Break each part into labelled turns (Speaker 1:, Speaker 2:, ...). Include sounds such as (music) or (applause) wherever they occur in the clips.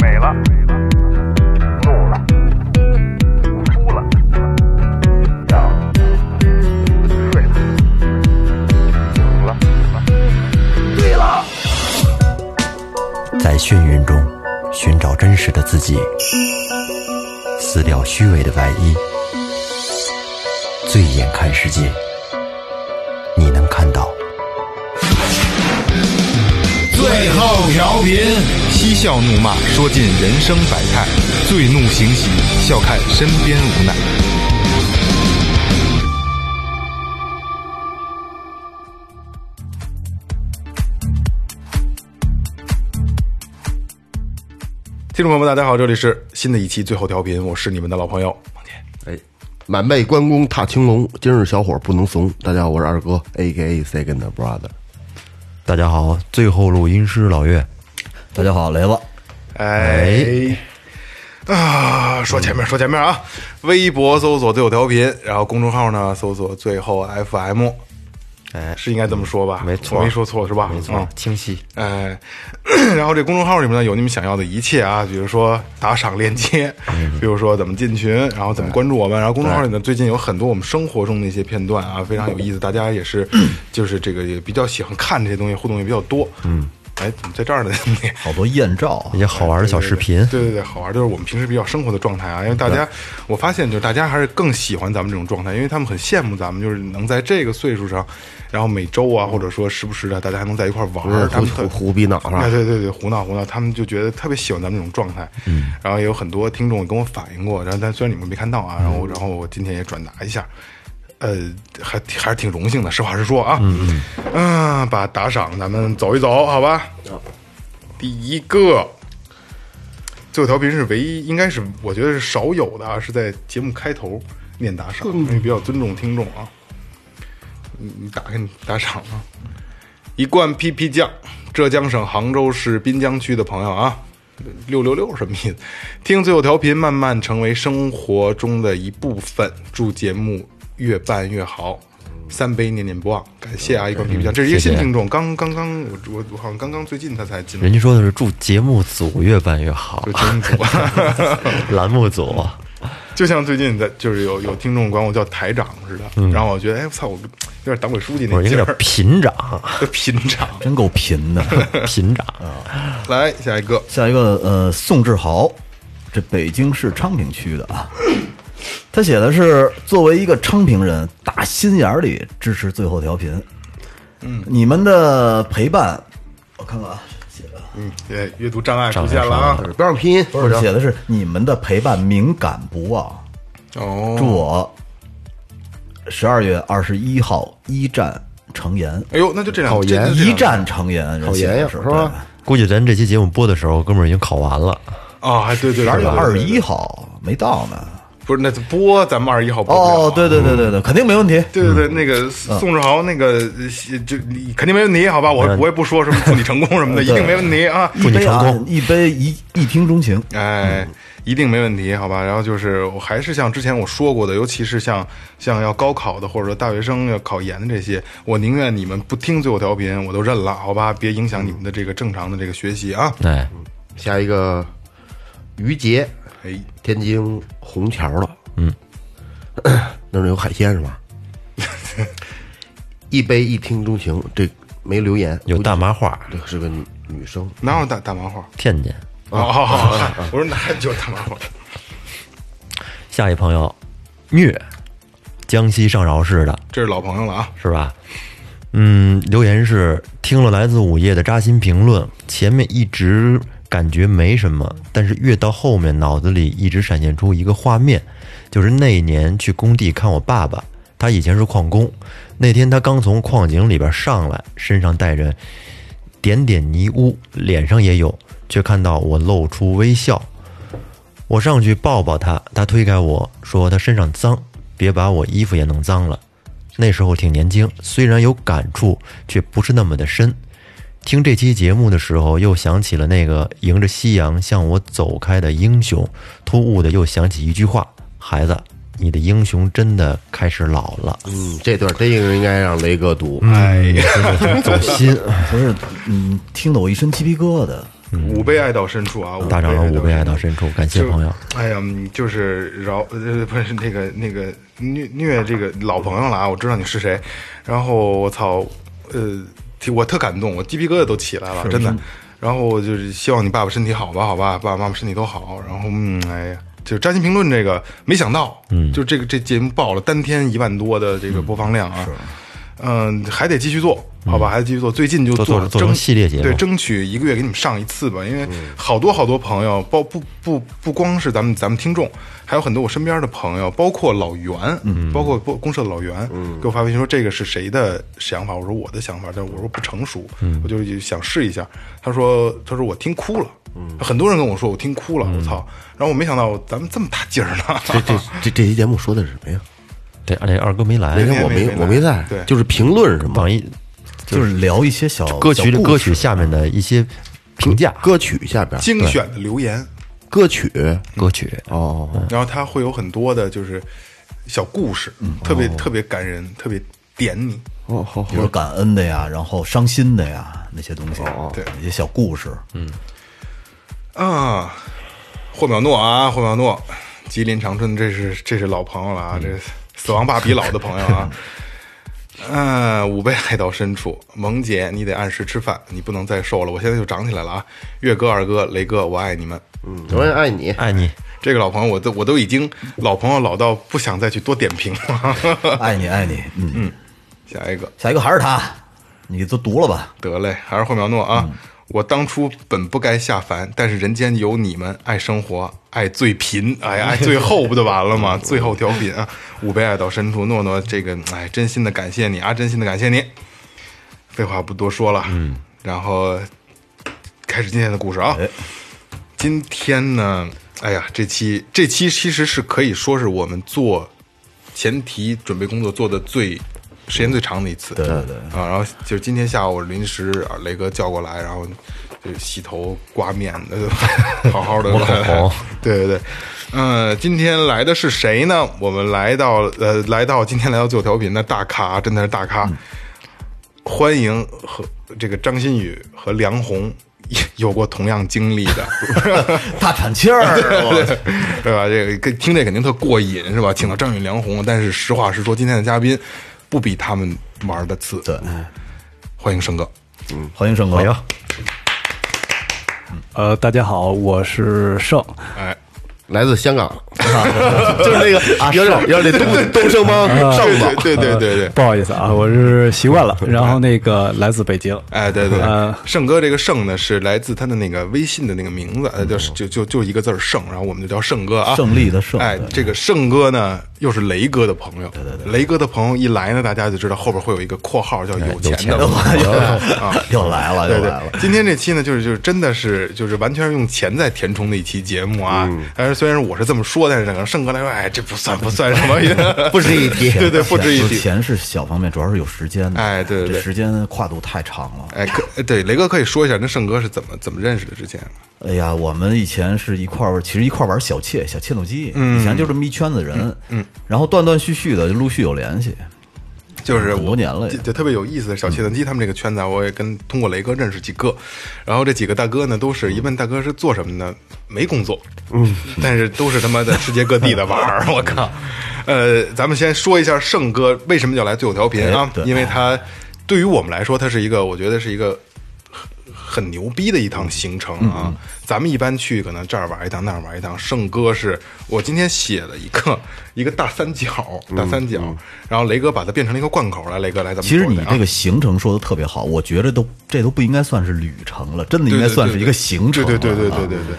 Speaker 1: 美了，怒了，哭了，笑了，睡了，醒了，醉了。
Speaker 2: 在眩晕中寻找真实的自己，撕掉虚伪的外衣，醉眼看世界，你能看到。
Speaker 3: 最后调频，
Speaker 4: 嬉笑怒骂，说尽人生百态；醉怒行喜，笑看身边无奈。听众朋友们，大家好，这里是新的一期最后调频，我是你们的老朋友王姐。
Speaker 5: 满背关公踏青龙，今日小伙不能怂。大家好，我是二哥，A K A Second Brother。
Speaker 2: 大家好，最后录音师老岳，
Speaker 6: 大家好，雷子，
Speaker 2: 哎
Speaker 4: 哎，啊，说前面，说前面啊！微博搜索最后调频，然后公众号呢搜索最后 FM，
Speaker 2: 哎
Speaker 4: 是应该这么说吧？
Speaker 2: 没错
Speaker 4: 我没说错是吧？
Speaker 2: 没错
Speaker 4: 嗯，
Speaker 2: 清晰。
Speaker 4: 哎， (clears throat) 然后这公众号里面呢有你们想要的一切啊，比如说打赏链接，
Speaker 2: 嗯
Speaker 4: 比如说怎么进群，然后怎么关注我们。然后公众号里呢最近有很多我们生活中的一些片段啊，非常有意思，大家也是就是这个也比较喜欢看这些东西，互动也比较多。嗯，哎，怎么在这儿呢？ (laughs) 你
Speaker 6: 好多艳照啊
Speaker 2: 一，些好玩的小视频，
Speaker 4: 对对对，好玩，就是我们平时比较生活的状态啊。因为大家，我发现就是大家还是更喜欢咱们这种状态，因为他们很羡慕咱们，就是能在这个岁数上，然后每周啊，或者说时不时的，大家还能在一块儿玩儿，他
Speaker 5: 胡
Speaker 4: 们特
Speaker 5: 胡胡逼闹是
Speaker 4: 哎，
Speaker 5: 吧？
Speaker 4: 对对对，胡闹胡闹，他们就觉得特别喜欢咱们这种状态。嗯，然后也有很多听众跟我反映过，然后但虽然你们没看到啊，然
Speaker 5: 嗯
Speaker 4: 后然后我今天也转达一下。呃，还还是挺荣幸的，实话实说啊，嗯嗯，把打赏咱们走一走，好吧？第一个，最后调频是唯一，应该是我觉得是少有的啊，是在节目开头念打赏，因为比较尊重听众啊。你你打开你打赏啊！一罐 PP 酱，浙江省杭州市滨江区的朋友啊，六六六什么意思？听最后调频，慢慢成为生活中的一部分。祝节目越办越好，三杯念念不忘。感谢啊，一罐 PP 酱，这是一个新听众，刚刚刚我我我好像刚刚最近他才进来
Speaker 2: 人，家说的是祝节目组越办越好
Speaker 4: 就，听组。啊
Speaker 2: 栏目组
Speaker 4: 就像最近的，就是有有听众管我叫台长似
Speaker 6: 嗯
Speaker 4: 的，然后我觉得，哎，我操，我有点党委书记
Speaker 2: 我
Speaker 4: 那
Speaker 2: 应
Speaker 4: 劲
Speaker 2: 该叫
Speaker 4: 儿，
Speaker 2: 频
Speaker 4: (laughs)
Speaker 2: 长，
Speaker 6: (laughs)
Speaker 4: 频长。
Speaker 6: 真够贫的。 (laughs)
Speaker 2: 频长，
Speaker 4: 来下一个，
Speaker 6: 下一个，呃，宋志豪，这北京市昌平区的啊，他写的是作为一个昌平人，打心眼儿里支持最后调频。嗯，你们的陪伴，我看看啊，写的
Speaker 4: 嗯，也阅读障碍出现了啊。
Speaker 5: 不让拼音，
Speaker 6: 不是写的是你们的陪伴敏感不忘。
Speaker 4: 哦，
Speaker 6: 祝我十二月二十一号一战成言，
Speaker 4: 哎呦，那就这两
Speaker 5: 考
Speaker 4: 这
Speaker 5: 研
Speaker 4: 就这
Speaker 6: 一
Speaker 4: 两
Speaker 6: 战成言，人
Speaker 5: 考
Speaker 6: 写
Speaker 5: 研
Speaker 6: 的
Speaker 5: 呀，
Speaker 6: 是
Speaker 5: 是吧？？
Speaker 2: 估计咱这期节目播的时候，哥们儿已经考完了，
Speaker 4: 啊，还对对，
Speaker 6: 十二月二十
Speaker 4: 一
Speaker 6: 一号没到呢。
Speaker 4: 不是那播咱们二十一号播不了啊
Speaker 6: 哦，对对嗯对对对，肯定没问题。
Speaker 4: 对对对，那个宋志豪那个呃就你肯定没问题，好吧？我
Speaker 6: 嗯
Speaker 4: 我也不说什么祝你成功什么的，一定没问题啊。
Speaker 6: 一杯啊，一杯一一听钟情，
Speaker 4: 哎，一定没问题，好吧？然后就是，我还是像之前我说过的，尤其是像像要高考的，或者说大学生要考研的这些，我宁愿你们不听最后调频，我都认了，好吧？别影响你们的这个正常的这个学习啊！
Speaker 2: 哎，
Speaker 5: 下一个于杰，
Speaker 4: 哎，
Speaker 5: 天津虹桥的，嗯， (clears throat) 那儿有海鲜是吧？一杯一听钟情，这没留言，
Speaker 2: 有大麻花，
Speaker 5: 这是个女女生，
Speaker 4: 哪有大大麻花？
Speaker 2: 天津。
Speaker 4: 哦哦哦，哦我说哪有大麻花？
Speaker 2: 下一朋友，虐，江西上饶市的
Speaker 4: 这是老朋友了啊！
Speaker 2: 是吧？嗯，留言是听了来自午夜的扎心评论，前面一直感觉没什么，但是越到后面，脑子里一直闪现出一个画面，就是那一年去工地看我爸爸，他以前是矿工，那天他刚从矿井里边上来，身上带着点点泥污，脸上也有，却看到我露出微笑。我上去抱抱他，他推开我说他身上脏，别把我衣服也弄脏了。那时候挺年轻，虽然有感触，却不是那么的深。听这期节目的时候，又想起了那个迎着夕阳向我走开的英雄，突兀的又想起一句话：“孩子，你的英雄真的开始老了。
Speaker 5: 嗯，这段真应该让雷
Speaker 2: 嗯
Speaker 5: 哥读，
Speaker 2: 哎呀，真的很走心。
Speaker 6: 不是，嗯，听得我一身鸡皮疙瘩。
Speaker 4: 吾辈爱到深处啊，
Speaker 2: 大长老
Speaker 4: 吾
Speaker 2: 五
Speaker 4: 辈
Speaker 2: 辈爱到深处，感谢
Speaker 4: 就
Speaker 2: 朋友。
Speaker 4: 哎呀，嗯就是饶呃不是那个那个虐虐这个老朋友了啊，我知道你是谁。然后我操，呃，挺我特感动，我鸡皮疙瘩都起来了，真的。然后我就是希望你爸爸身体好吧，好吧，爸爸妈妈身体都好。然后嗯，哎呀。就是扎心评论这个，没想到，嗯，就这个这节目爆了单天一万多的这个播放量啊，嗯，还得继续做，好吧，还得继续做。最近就
Speaker 2: 做嗯做
Speaker 4: 了
Speaker 2: 做成
Speaker 4: 争
Speaker 2: 系列节目
Speaker 4: 对，争取一个月给你们上一次吧，因为好多好多朋友，包不不不光是咱们咱们听众，还有很多我身边的朋友，包括老袁，包括包公社的老袁，给我发微信说这个是谁的想法，我说我的想法，但是我说不成熟，我就是想试一下。他说他说我听哭了，很多人跟我说我听哭了，我操！然后我没想到咱们这么大劲儿呢，
Speaker 5: 这这这这期节目说的是什么呀？
Speaker 2: 这这二哥没
Speaker 5: 那
Speaker 2: 来，
Speaker 5: 天我
Speaker 4: 没
Speaker 5: 没
Speaker 4: 没
Speaker 5: 我没在，
Speaker 4: 对
Speaker 5: 就是评论是吗？
Speaker 2: 榜一
Speaker 6: 就是聊一些小
Speaker 2: 歌曲
Speaker 6: 小
Speaker 2: 里
Speaker 6: 故
Speaker 2: 歌
Speaker 6: 事
Speaker 2: 曲下面的一些评价
Speaker 5: 歌曲下边
Speaker 4: 精选的留言。
Speaker 5: 歌曲
Speaker 6: 嗯
Speaker 2: 歌曲，
Speaker 5: 哦，
Speaker 4: 然后他会有很多的就是小故事，特别、特别感人，特别点你。
Speaker 5: 哦好
Speaker 6: 比如说感恩的呀，然后伤心的呀，那些东西，
Speaker 4: 对
Speaker 6: 一些小故事，
Speaker 4: 啊，霍淼诺啊，霍淼诺，吉林长春，这是这是老朋友了啊，这死亡爸比老的朋友啊。嗯、五倍爱到深处，萌姐，你得按时吃饭，你不能再瘦了。我现在就长起来了啊！月哥、二哥、雷哥，我爱你们。
Speaker 5: 嗯我也爱你，
Speaker 2: 爱你，
Speaker 4: 这个老朋友，我都我都已经老朋友老到不想再去多点评了。 (laughs)
Speaker 6: 爱你爱你，嗯嗯，
Speaker 4: 下一个，
Speaker 6: 下一个还是他，你都读了吧，
Speaker 4: 得嘞，还是霍苗诺啊！我当初本不该下凡，但是人间有你们，爱生活，爱最贫，哎呀，爱最后不就完了吗？最后调频啊，五杯爱到深处，诺诺，这个哎，真心的感谢你啊，真心的感谢你。废话不多说了，嗯，然后开始今天的故事啊。
Speaker 6: 哎
Speaker 4: 今天呢，哎呀，这期这期其实是可以说是我们做前提准备工作做的最时间最长的一次。对
Speaker 6: 对对
Speaker 4: 啊，然后就是今天下午临时啊雷哥叫过来，然后就是洗头刮面的，好好的
Speaker 2: 抹口红。
Speaker 4: (laughs) 对对对，嗯、今天来的是谁呢？我们来到呃，来到今天来到最后调频的大咖，真的是大咖。欢迎和这个张馨予和梁红有过同样经历的，
Speaker 6: 大喘气儿，我
Speaker 4: 对 (laughs) 吧？这个跟听这肯定特过瘾，是吧？请到张宇、梁红，但是实话实说，今天的嘉宾不比他们玩的次。
Speaker 6: 对，
Speaker 4: 欢迎盛哥。
Speaker 6: (laughs) 欢迎盛哥嗯
Speaker 2: 哎，呦，
Speaker 7: 呃，大家好，我是盛，
Speaker 4: 哎，
Speaker 5: 来自香港， (laughs) 就是那个有点有点那东东升帮上
Speaker 4: 对
Speaker 5: 榜
Speaker 4: 对对对对对，
Speaker 7: 不好意思啊，我是习惯 (laughs) 了。然后那个来自北京，
Speaker 4: 哎对对
Speaker 7: 呃，
Speaker 4: 盛哥这个盛呢是来自他的那个微信的那个名字，呃，就是就就就一个字儿盛，然后我们就叫盛哥啊。
Speaker 6: 胜利的胜，
Speaker 4: 哎
Speaker 6: 对，
Speaker 4: 这个盛哥呢，又是雷哥的朋友。对对对，雷哥的朋友一来呢，大家就知道后边会有一个括号叫有钱的朋友。
Speaker 6: 又来了， (laughs) 又来了，
Speaker 4: 对
Speaker 6: 又
Speaker 4: 对
Speaker 6: 来了，，
Speaker 4: (laughs) 今天这期呢，就是就是真的是就是完全是用钱在填充的一期节目啊。但是虽然我是这么说，但是可能盛哥来说，哎，这不算不算什 (laughs) 么，不值一提，对
Speaker 6: (laughs)
Speaker 4: 对，不值一提。
Speaker 6: 钱是小方面，主要是有时间的，
Speaker 4: 哎对对
Speaker 6: 这
Speaker 4: 对
Speaker 6: 时间跨度太长了。
Speaker 4: (laughs) 哎，可哎对，雷哥可以说一下，那盛哥是怎么怎么认识的？之前
Speaker 6: 哎呀，我们以前是一块儿，其实一块儿玩小妾、小妾斗鸡，
Speaker 4: 嗯
Speaker 6: 以前就这么一圈子人，嗯，然后断断续续的就陆续有联系，
Speaker 4: 就是
Speaker 6: 很
Speaker 4: 我
Speaker 6: 多年了
Speaker 4: 就
Speaker 6: 也，嗯
Speaker 4: 就特别有意思的小切蛋机，他们这个圈子啊，我也跟通过雷哥认识几个，然后这几个大哥呢，都
Speaker 6: 嗯
Speaker 4: 是一问大哥是做什么的，没工作，嗯， (laughs) 但是都是他妈在世界各地的玩儿，我靠，呃，咱们先说一下盛哥为什么要来最后调频啊
Speaker 6: 哎，对
Speaker 4: 因为他对于我们来说，他是一个我觉得是一个很牛逼的一趟行程啊！咱们一般去可能这儿玩一趟，那儿玩一趟。盛哥是我今天写了一个一个大三角，大三角，然后雷哥把它变成了一个贯口来。雷哥来，咱们
Speaker 6: 其实
Speaker 4: 走一
Speaker 6: 你
Speaker 4: 遍啊
Speaker 6: 这个行程说的特别好，我觉得都这都不应该算是旅程了，真的应该算是一个行程
Speaker 4: 对
Speaker 6: 了
Speaker 4: 对对对
Speaker 6: 啊
Speaker 4: 对对对，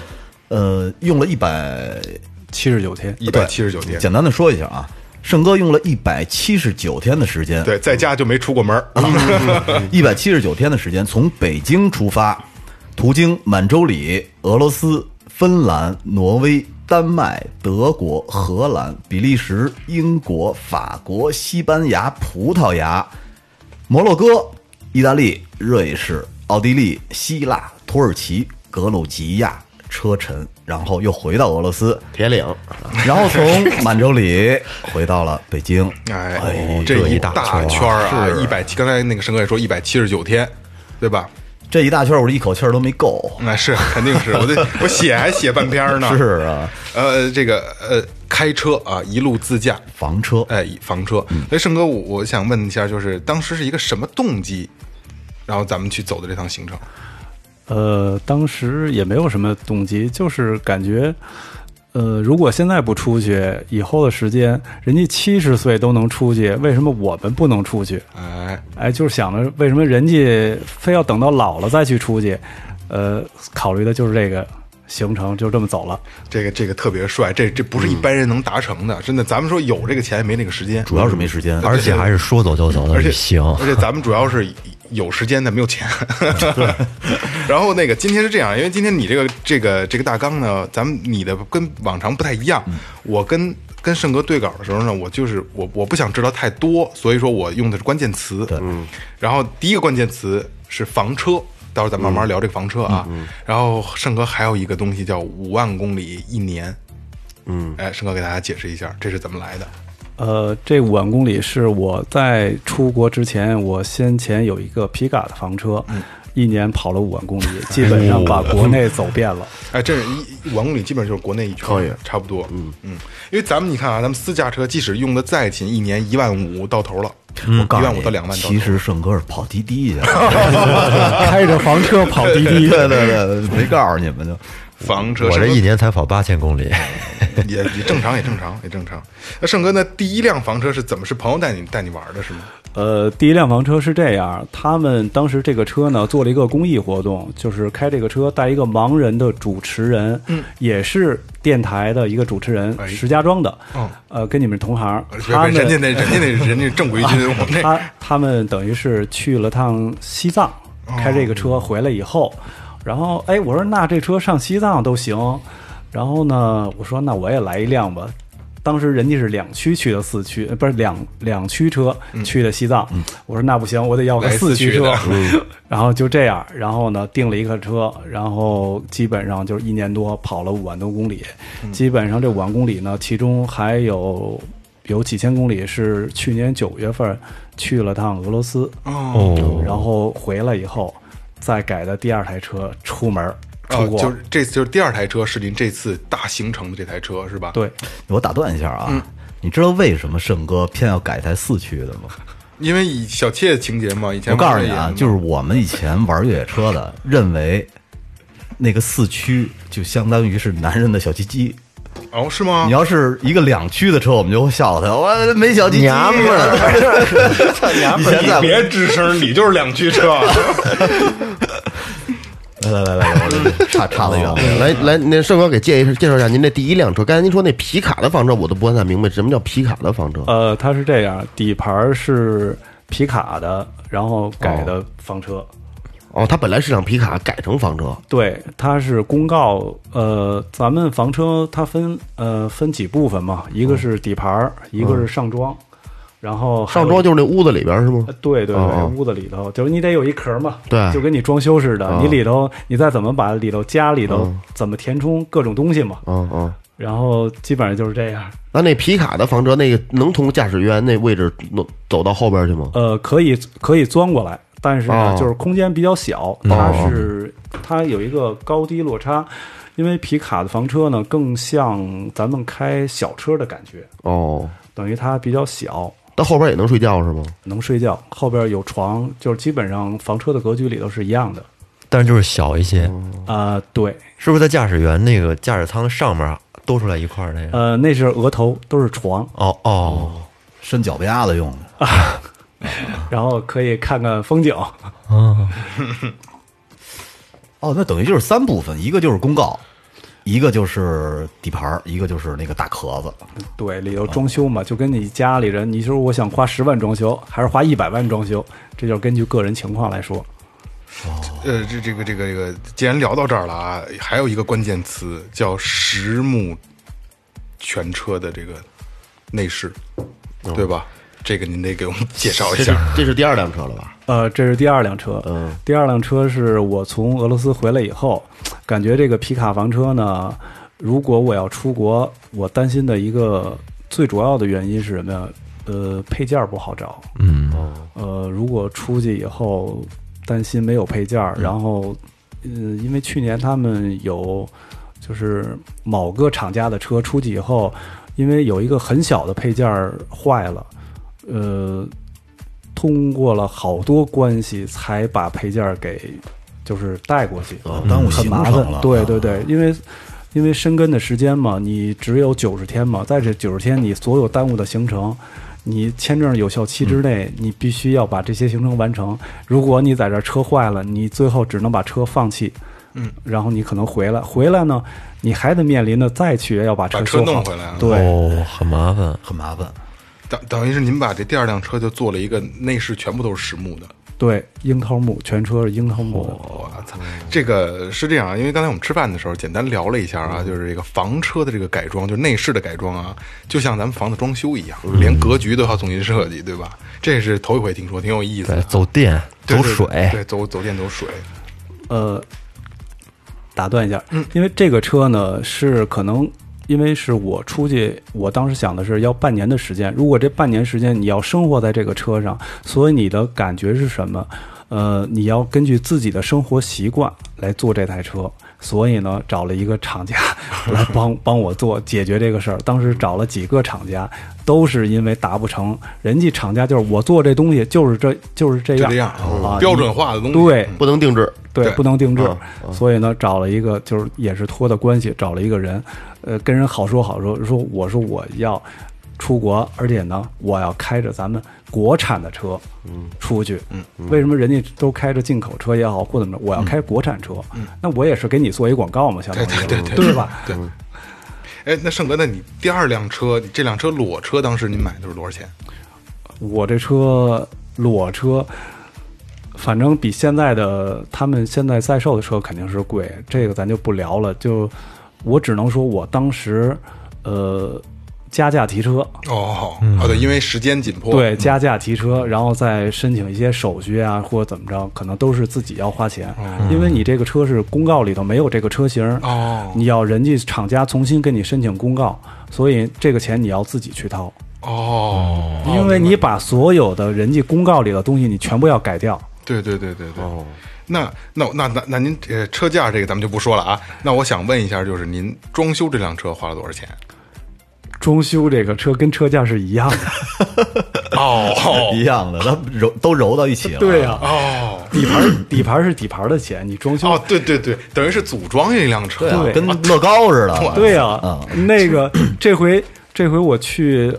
Speaker 6: 呃，用了一百
Speaker 7: 七十九天，
Speaker 4: 一百七十九天，
Speaker 6: 简单的说一下啊，盛哥用了一百七十九天的时间，
Speaker 4: 对，在家就没出过门儿。
Speaker 6: 一百七十九天的时间，从北京出发，途经满洲里、俄罗斯、芬兰、挪威、丹麦、德国、荷兰、比利时、英国、法国、西班牙、葡萄牙、摩洛哥、意大利、瑞士、奥地利、希腊、土耳其、格鲁吉亚、车臣，然后又回到俄罗斯，
Speaker 5: 铁岭，
Speaker 6: 然后从满洲里回到了北京。哎
Speaker 4: 啊哎，这一大圈儿啊，一百，刚才那个盛哥也说一百七十九天，对吧？
Speaker 6: 这一大圈我一口气儿都没够。
Speaker 4: 那是肯定是，我这我写还写半篇儿呢。
Speaker 6: 是啊，
Speaker 4: 呃，这个呃，开车啊，一路自驾，
Speaker 6: 房车
Speaker 4: 哎，房车。所以盛哥，我我想问一下，就是当时是一个什么动机，然后咱们去走的这趟行程？
Speaker 7: 呃，当时也没有什么动机，就是感觉，呃，如果现在不出去，以后的时间，人家七十岁都能出去，为什么我们不能出去？
Speaker 4: 哎，
Speaker 7: 哎，就是想着为什么人家非要等到老了再去出去？呃，考虑的就是这个行程，就这么走了。
Speaker 4: 这个这个特别帅，这这不是一般人能达成的，真的。咱们说有这个钱也没那个时间，
Speaker 6: 主要是没时间，
Speaker 2: 而且还是说走就走的
Speaker 4: 而且
Speaker 2: 旅行。
Speaker 4: 而且咱们主要是有时间但没
Speaker 2: (laughs)
Speaker 4: 有钱。 (laughs) 然后那个今天是这样，因为今天你这个这个这个大纲呢，咱们你的跟往常不太一样。
Speaker 2: 嗯
Speaker 4: 我跟跟盛哥对稿的时候呢，我就是我我不想知道太多，所以说我用的是关键词。嗯，然后第一个关键词是房车。到时候咱慢慢聊这个房车啊，然后盛哥还有一个东西叫五万公里一年，嗯，哎，盛哥给大家解释一下这是怎么来的。
Speaker 7: 呃，这五万公里是我在出国之前，我先前有一个皮卡的房车，一年跑了五万公里，基本上把国内走遍了。
Speaker 4: 哎，这是一五万公里，基本上就是国内一圈
Speaker 5: 可以，
Speaker 4: 差不多。嗯嗯，因为咱们你看啊，咱们私家车即使用的再勤，一年一万五到头了，
Speaker 6: 嗯我告
Speaker 4: 一
Speaker 6: 诉
Speaker 4: 万
Speaker 6: 你
Speaker 4: 五到两万到头
Speaker 6: 其实盛哥是跑滴滴 (laughs) 去了，
Speaker 7: (laughs) 开着房车跑滴
Speaker 6: 对
Speaker 7: 滴，
Speaker 6: 对对，没告诉你们就。
Speaker 4: 房车
Speaker 2: 我
Speaker 4: 是
Speaker 2: 这
Speaker 4: 不是
Speaker 2: 一年才跑八千公里，
Speaker 4: 也也正常，也正常，也正常。那盛哥，那第一辆房车是怎么？是朋友带你带你玩的，是吗？
Speaker 7: (laughs) 呃，第一辆房车是这样，他们当时这个车呢做了一个公益活动，就是开这个车带一个盲人的主持人，嗯，也是电台的一个主持人，
Speaker 4: 哎
Speaker 7: 石家庄的，
Speaker 4: 嗯
Speaker 7: 呃，跟你们是同行，他们
Speaker 4: 人家那人家那人家正规军，我们这
Speaker 7: 啊他他们等于是去了趟西藏，
Speaker 4: 哦
Speaker 7: 开这个车回来以后，然后哎，我说那这车上西藏都行，然后呢，我说那我也来一辆吧。当时人家是两驱去的四驱，呃不是两两驱车去的西藏。我说那不行，我得要
Speaker 4: 嗯
Speaker 7: 个
Speaker 4: 来四
Speaker 7: 驱
Speaker 4: 驱
Speaker 7: 车
Speaker 4: 的。
Speaker 7: (laughs) 然后就这样，然后呢订了一个车，然后基本上就是一年多跑了五万多公里。
Speaker 4: 嗯
Speaker 7: 基本上这五万公里呢，其中还有有几千公里是去年九月份去了趟俄罗斯，
Speaker 2: 哦
Speaker 7: 然后回来以后再改的第二台车出门儿
Speaker 4: 哦
Speaker 7: 出，国，
Speaker 4: 就是这次就是第二台车是您这次大行程的这台车是吧？，
Speaker 7: 对，
Speaker 6: 我打断一下啊，你知道为什么盛哥偏要改台四驱的吗？
Speaker 4: 因为以小妾情节嘛，以前
Speaker 6: 我告诉
Speaker 4: 玩的
Speaker 6: 你啊
Speaker 4: 也，
Speaker 6: 就是我们以前玩越野车的，认为那个四驱就相当于是男人的小鸡鸡。
Speaker 4: 哦，是吗？
Speaker 6: 你要是一个两驱的车，我们就会笑他，我没小鸡鸡。
Speaker 2: 娘们
Speaker 6: 儿， (laughs) 操娘们儿！
Speaker 4: 你别吱声，你就是两驱车。啊
Speaker 6: 来来来来，我这差差得远了。
Speaker 5: 来来，那盛哥给介绍介绍一下您这第一辆车。刚才您说那皮卡的房车，我都不太明白什么叫皮卡的房车。
Speaker 7: 呃，它是这样，底盘是皮卡的，然后改的房车。
Speaker 5: 哦，它本来是辆皮卡，改成房车。
Speaker 7: 对，它是公告，呃，咱们房车它分呃分几部分嘛，一个是底盘儿，一个是上装，然后还有
Speaker 5: 嗯上装就是那屋子里边是吗？
Speaker 7: 呃对对对，
Speaker 5: 哦哦
Speaker 7: 屋子里头就是你得有一壳嘛，
Speaker 5: 对
Speaker 7: 就跟你装修似的，
Speaker 5: 哦
Speaker 7: 你里头你再怎么把里头家里头怎么填充各种东西嘛，
Speaker 5: 嗯嗯。
Speaker 7: 然后基本上就是这样。
Speaker 5: 那那皮卡的房车，那个能从驾驶员那位置能走到后边去吗？
Speaker 7: 呃，可以可以钻过来，但是呢，
Speaker 5: 哦
Speaker 7: 就是空间比较小，它是它有一个高低落差，因为皮卡的房车呢更像咱们开小车的感觉，
Speaker 5: 哦，
Speaker 7: 等于它比较小，
Speaker 5: 到后边也能睡觉是吗？
Speaker 7: 能睡觉，后边有床，就是基本上房车的格局里头是一样的。
Speaker 2: 但是就是小一些，
Speaker 7: 啊、对，
Speaker 2: 是不是在驾驶员那个驾驶舱上面多出来一块儿那个？
Speaker 7: 呃，那是额头都是床，
Speaker 2: 哦哦
Speaker 6: 伸脚丫子用的。
Speaker 7: 然后可以看看风景。
Speaker 6: 哦，那等于就是三部分，一个就是公告，一个就是底盘儿，一个就是那个大壳子。
Speaker 7: 对，里头装修嘛，就跟你家里人，你说我想花十万装修，还是花一百万装修，这就是根据个人情况来说。
Speaker 4: 呃，这这个这个这个，既然聊到这儿了啊，还有一个关键词叫实木全车的这个内饰，
Speaker 2: 哦
Speaker 4: 对吧？这个您得给我们介绍一
Speaker 2: (laughs)
Speaker 5: 这是
Speaker 4: 下。
Speaker 5: 这是第二辆车了吧？
Speaker 7: 呃，这是第二辆车。嗯，第二辆车是我从俄罗斯回来以后，感觉这个皮卡房车呢，如果我要出国，我担心的一个最主要的原因是什么呀？呃，配件儿不好找。嗯，呃，如果出去以后，担心没有配件儿，然后，呃，因为去年他们有就是某个厂家的车出去以后，因为有一个很小的配件儿坏了，呃，通过了好多关系才把配件儿给就是带过去，
Speaker 6: 哦耽误
Speaker 7: 很
Speaker 6: 行
Speaker 7: 麻
Speaker 6: 程
Speaker 7: 烦
Speaker 6: 了。嗯
Speaker 7: 对对对，因为因为深根的时间嘛，你只有九十天嘛，在这九十天你所有耽误的行程。你签证有效期之内，
Speaker 6: 嗯
Speaker 7: 你必须要把这些行程完成。如果你在这儿车坏了，你最后只能把车放弃，嗯，然后你可能回来，回来呢，你还得面临着再去要把
Speaker 4: 把
Speaker 7: 车
Speaker 4: 车
Speaker 7: 修好
Speaker 4: 弄回来啊
Speaker 7: 对，
Speaker 2: 哦，很麻烦。
Speaker 6: 很麻烦。
Speaker 4: 等等于是您把这第二辆车就做了一个内饰全部都是实木的。
Speaker 7: 对，樱桃木全车是樱桃木的，
Speaker 2: 哦
Speaker 4: 我操，这个是这样啊，因为刚才我们吃饭的时候简单聊了一下
Speaker 2: 嗯
Speaker 4: 啊，就是这个房车的这个改装，就是内饰的改装啊，就像咱们房子装修一样，
Speaker 2: 嗯
Speaker 4: 连格局都要重新设计，对吧？这是头一回听说，挺有意思
Speaker 2: 对，
Speaker 4: 的。
Speaker 2: 走电，
Speaker 4: 对
Speaker 2: 走
Speaker 4: 对
Speaker 2: 水，
Speaker 4: 对，走走电走水，
Speaker 7: 呃，打断一下，因为这个车呢是可能。因为是我出去，我当时想的是要半年的时间。如果这半年时间你要生活在这个车上，所以你的感觉是什么？呃，你要根据自己的生活习惯来做这台车。所以呢，找了一个厂家 (laughs) 来帮帮我做解决这个事儿。当时找了几个厂家，都是因为达不成。人家厂家就是我做这东西就是这就是这
Speaker 4: 就
Speaker 7: 样
Speaker 4: 这样，嗯哦
Speaker 7: 啊，
Speaker 4: 标准化的东西。
Speaker 7: 对，
Speaker 5: 不能定制，
Speaker 7: 对
Speaker 4: 对，啊
Speaker 7: 不能定制，所以呢，找了一个就是也是托的关系，找了一个人，呃，跟人好说好说，说我说我要出国，而且呢，我要开着咱们国产的车，嗯，出去，嗯，为什么人家都开着进口车也好或怎么着，我要开国产车，那我也是给你做一广告嘛，相当于
Speaker 4: 嗯对对对
Speaker 7: 对吧？
Speaker 4: 对。哎，那盛哥，那你第二辆车，你这辆车裸车，当时您买的是多少钱？
Speaker 7: 我这车裸车，反正比现在的他们现在在售的车肯定是贵，这个咱就不聊了。就我只能说，我当时呃加价提车，
Speaker 4: 哦，哦，对，因为时间紧迫，
Speaker 7: 嗯对，加价提车，然后再申请一些手续啊，或者怎么着，可能都是自己要花钱，因为你这个车是公告里头没有这个车型，
Speaker 4: 哦
Speaker 7: 你要人家厂家重新跟你申请公告，所以这个钱你要自己去掏。
Speaker 4: 哦，
Speaker 7: 因为你把所有的人际公告里的东西，你全部要改掉。
Speaker 4: 对对对对对。
Speaker 7: 哦
Speaker 4: 那那那那那您呃车价这个咱们就不说了啊。那我想问一下，就是您装修这辆车花了多少钱？
Speaker 7: 装修这个车跟车价是一样的，
Speaker 4: 哦
Speaker 6: 一样的，它揉都揉到一起了。
Speaker 7: 对啊呀、
Speaker 4: (laughs) 哦
Speaker 7: 底盘底盘是底盘的钱，你装修，
Speaker 4: 哦，对对对，等于是组装一辆车，
Speaker 6: 对啊
Speaker 7: 对
Speaker 6: 跟乐高似的。
Speaker 7: 对啊呀、
Speaker 6: 嗯
Speaker 7: 那个这回这回我去。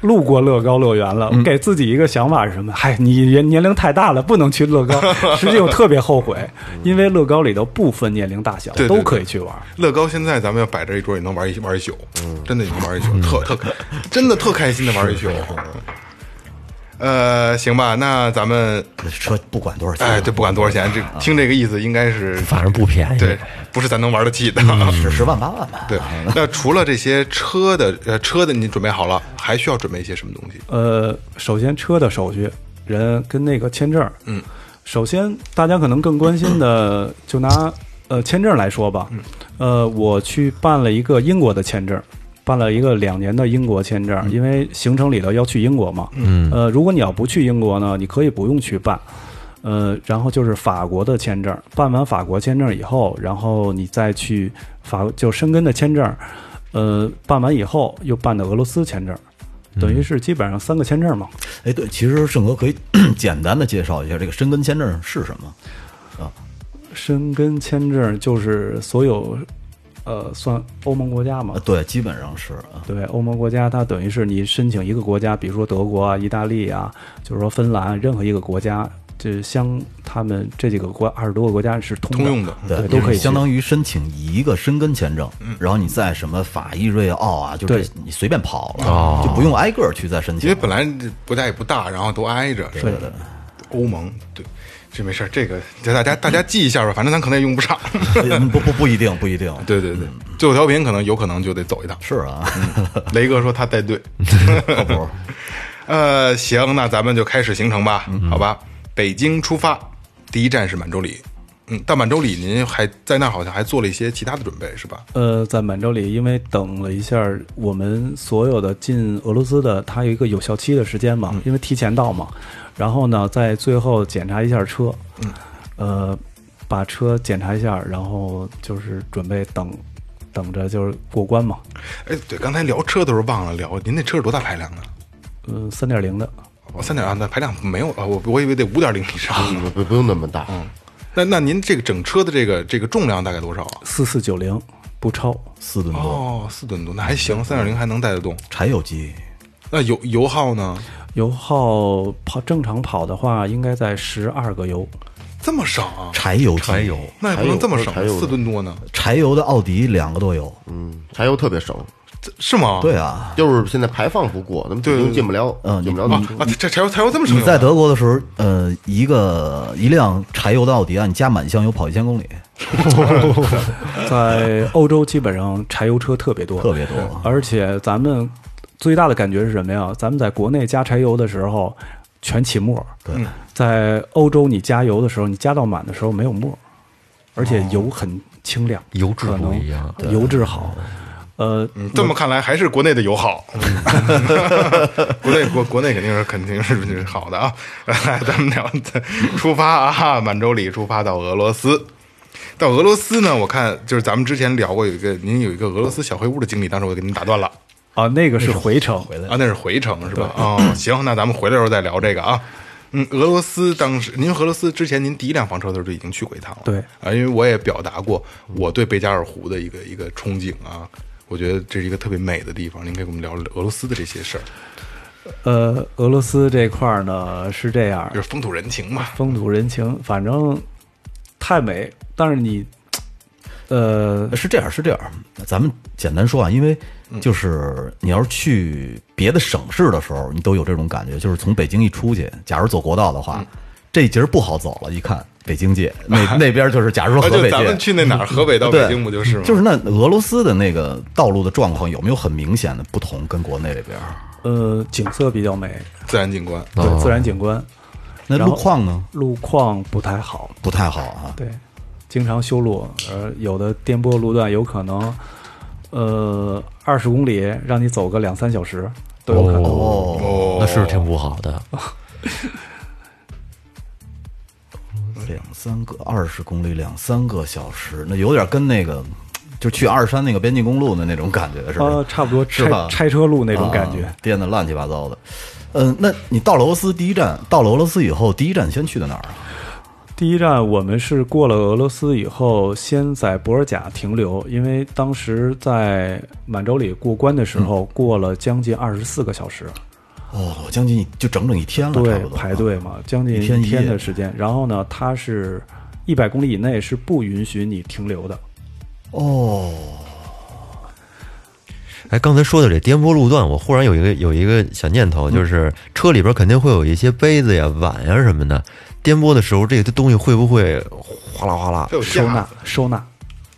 Speaker 7: 路过乐高乐园了，
Speaker 4: 嗯
Speaker 7: 我给自己一个想法是什么？嗨，你年年龄太大了，不能去
Speaker 4: (laughs)
Speaker 7: 乐高。实际我特别后悔，因为乐高里头不分年龄大小，
Speaker 4: 对对
Speaker 7: 都
Speaker 4: 对
Speaker 7: 可以去玩。
Speaker 4: 乐高现在咱们要摆这一桌也能玩一玩一宿，
Speaker 2: 嗯
Speaker 4: 真的也能玩一宿，特特真的特开心的玩一宿。嗯呃，行吧，那咱们
Speaker 6: 车不管多少钱，
Speaker 4: 哎，对，不管多少钱，这听这个意思应该是
Speaker 2: 啊反正不便宜。嗯
Speaker 4: 对，不是咱能玩得起的。啊
Speaker 6: 十十万八万吧。
Speaker 4: 对，那除了这些车的呃车的你准备好了，还需要准备一些什么东西？
Speaker 7: 呃，首先车的手续、人跟那个签证，
Speaker 4: 嗯，
Speaker 7: 首先大家可能更关心的，就拿呃签证来说吧，呃，我去办了一个英国的签证。办了一个两年的英国签证，因为行程里头要去英国嘛。嗯，呃，如果你要不去英国呢，你可以不用去办。呃，然后就是法国的签证，办完法国签证以后，然后你再去法就申根的签证，呃，办完以后又办的俄罗斯签证，等于是基本上三个签证嘛。
Speaker 6: 哎，对，其实盛哥可以 (coughs) 简单的介绍一下这个申根签证是什么？
Speaker 7: 申根签证就是所有，呃，算欧盟国家嘛
Speaker 6: 啊，。对，基本上是啊。
Speaker 7: 对，欧盟国家它等于是你申请一个国家，比如说德国啊、意大利啊，就是说芬兰，任何一个国家，这相他们这几个国二十多个国家是通
Speaker 4: 通用的
Speaker 7: 对，都可以去
Speaker 6: 相当于申请一个申根签证，
Speaker 7: 嗯
Speaker 6: 然后你在什么法意瑞澳啊，就
Speaker 7: 对哦
Speaker 6: 是你随便跑了，就不用挨个儿去再申
Speaker 4: 因
Speaker 6: 请
Speaker 4: 为。本来这国家也不大，然后都挨着，是吧
Speaker 6: 对
Speaker 4: 欧盟对，这没事儿，这个这大家大家记一下吧，反正咱可能也
Speaker 2: (laughs)
Speaker 4: 用不上。
Speaker 6: 嗯 (laughs) 不不不一定，不一定。
Speaker 4: 对对对，
Speaker 2: 嗯
Speaker 4: 最后调频可能有可能就得走一趟。
Speaker 6: 是啊， (laughs) 哦
Speaker 4: 雷哥说他带队，
Speaker 6: 靠谱。
Speaker 4: 呃，行，那咱们就开始行程吧，
Speaker 5: 嗯
Speaker 4: 好吧？北京出发，第一站是满洲里。嗯，到满洲里您还在那儿好像还做了一些其他的准备是吧？
Speaker 7: 呃，在满洲里，因为等了一下儿，我们所有的进俄罗斯的，它有一个有效期的时间嘛，因为提前到嘛。然后呢，在最后检查一下车，呃，把车检查一下，然后就是准备等，等着就是过关嘛。
Speaker 4: 哎，对，刚才聊车的时候忘了聊，您那车是多大排量的？
Speaker 7: 嗯、三点零的，
Speaker 4: 哦，三点二，那排量没有啊，我我以为得五点零以上。
Speaker 5: 不不不用那么大，
Speaker 4: 那那您这个整车的这个这个重量大概多少啊？
Speaker 7: 四四九零不超。
Speaker 6: 四吨多，
Speaker 4: 哦，四吨多，那还行，三点零还能带得动。
Speaker 6: 柴油机
Speaker 4: 那油油耗呢？
Speaker 7: 油耗跑正常跑的话，应该在十二个油。
Speaker 4: 这么少啊？
Speaker 6: 柴油机，柴油
Speaker 4: 那也不能这么省
Speaker 5: 柴油，的
Speaker 4: 四吨多呢？
Speaker 6: 柴油的奥迪两个都有。
Speaker 5: 嗯，柴油特别省，
Speaker 4: 这是吗？
Speaker 6: 对啊，
Speaker 5: 就是现在排放不过，咱们北京进不了，
Speaker 6: 嗯
Speaker 5: 进不了
Speaker 4: 啊
Speaker 5: 那么多。
Speaker 4: 啊，这这柴油柴油这么省
Speaker 6: 你
Speaker 4: 油
Speaker 6: 在
Speaker 4: 啊？
Speaker 6: 德国的时候，呃，一个一辆柴油的奥迪啊，你加满箱油跑一千公里，
Speaker 7: 在欧洲基本上柴油车特别多，
Speaker 6: 特别多
Speaker 7: 而且咱们最大的感觉是什么呀？咱们在国内加柴油的时候全起沫，对，在欧洲你加油的时候，你加到满的时候没有沫，而且油很清亮，
Speaker 2: 油质
Speaker 7: 可
Speaker 2: 不
Speaker 7: 能
Speaker 2: 一样对
Speaker 7: 油质好。呃，
Speaker 4: 嗯这么看来还是国内的油好，国内国国内肯定是肯定是是好的啊。 (laughs) 来，咱们聊出发啊，满洲里出发到俄罗斯。到俄罗斯呢，我看就是咱们之前聊过有一个，您有一个俄罗斯小黑屋的经历，当时我给您打断了
Speaker 7: 啊，那个是回程回来
Speaker 4: 啊，那是回程是吧？
Speaker 6: (clears throat)
Speaker 4: 哦，行，那咱们回来的时候再聊这个啊。嗯，俄罗斯当时，您俄罗斯之前您第一辆房车的时候就已经去过一趟了，
Speaker 7: 对
Speaker 4: 啊，因为我也表达过我对贝加尔湖的一个一个憧憬啊，我觉得这是一个特别美的地方，您可以跟我们聊聊俄罗斯的这些事儿。
Speaker 7: 呃，俄罗斯这块儿呢是这样，
Speaker 4: 就是风土人情嘛。
Speaker 7: 风土人情，反正太美。但是你，呃，
Speaker 6: 是这样，是这样。咱们简单说啊，因为就是你要是去别的省市的时候，你都有这种感觉，就是从北京一出去，假如走国道的话，这节儿不好走了，一看北京界， (laughs) 那那边就是假如说
Speaker 4: 啊，
Speaker 6: 河
Speaker 4: 就
Speaker 6: 北
Speaker 4: 咱们
Speaker 6: 界。
Speaker 4: 去那哪
Speaker 6: (laughs)
Speaker 4: 儿，河北到北
Speaker 6: 对
Speaker 4: 京不就是吗？
Speaker 6: 就是那俄罗斯的那个道路的状况有没有很明显的不同，跟国内这边儿？
Speaker 7: 呃，景色比较美，
Speaker 4: 自然景观。
Speaker 7: 对，自然景观，
Speaker 6: 哦那
Speaker 7: 然后
Speaker 6: 路况呢？
Speaker 7: 路况不太好，
Speaker 6: 不太好啊。
Speaker 7: 对，经常修路，呃，有的颠簸路段有可能，呃，二十公里让你走个两三小时都有可能。
Speaker 6: 哦，
Speaker 4: 哦
Speaker 2: 那是挺不好的。
Speaker 6: 两三个二十公里，两三个小时，那有点跟那个就去二山那个边境公路的那种感觉似的。
Speaker 7: 呃，差不多
Speaker 6: 是吧
Speaker 7: 拆拆车路那种感觉。
Speaker 6: 啊颠的乱七八糟的。嗯，那你到了俄罗斯第一站，到了俄罗斯以后，第一站先去的哪儿啊？
Speaker 7: 第一站我们是过了俄罗斯以后，先在博尔贾停留，因为当时在满洲里过关的时
Speaker 6: 嗯
Speaker 7: 候，过了将近二十四个小时，
Speaker 6: 哦，将近就整整一天了，差
Speaker 7: 对
Speaker 6: 不，多
Speaker 7: 排队嘛，将近
Speaker 6: 一天一夜
Speaker 7: 啊天的时间。然后呢，它是一百公里以内是不允许你停留的。
Speaker 6: 哦，
Speaker 2: 哎，刚才说的这颠簸路段，我忽然有一个有一个小念头，就是车里边肯定会有一些杯子呀、碗呀什么的，颠簸的时候，这个东西会不会哗啦哗啦
Speaker 4: 它？有
Speaker 7: 收
Speaker 4: 架
Speaker 7: 纳
Speaker 4: 子，
Speaker 7: 收纳，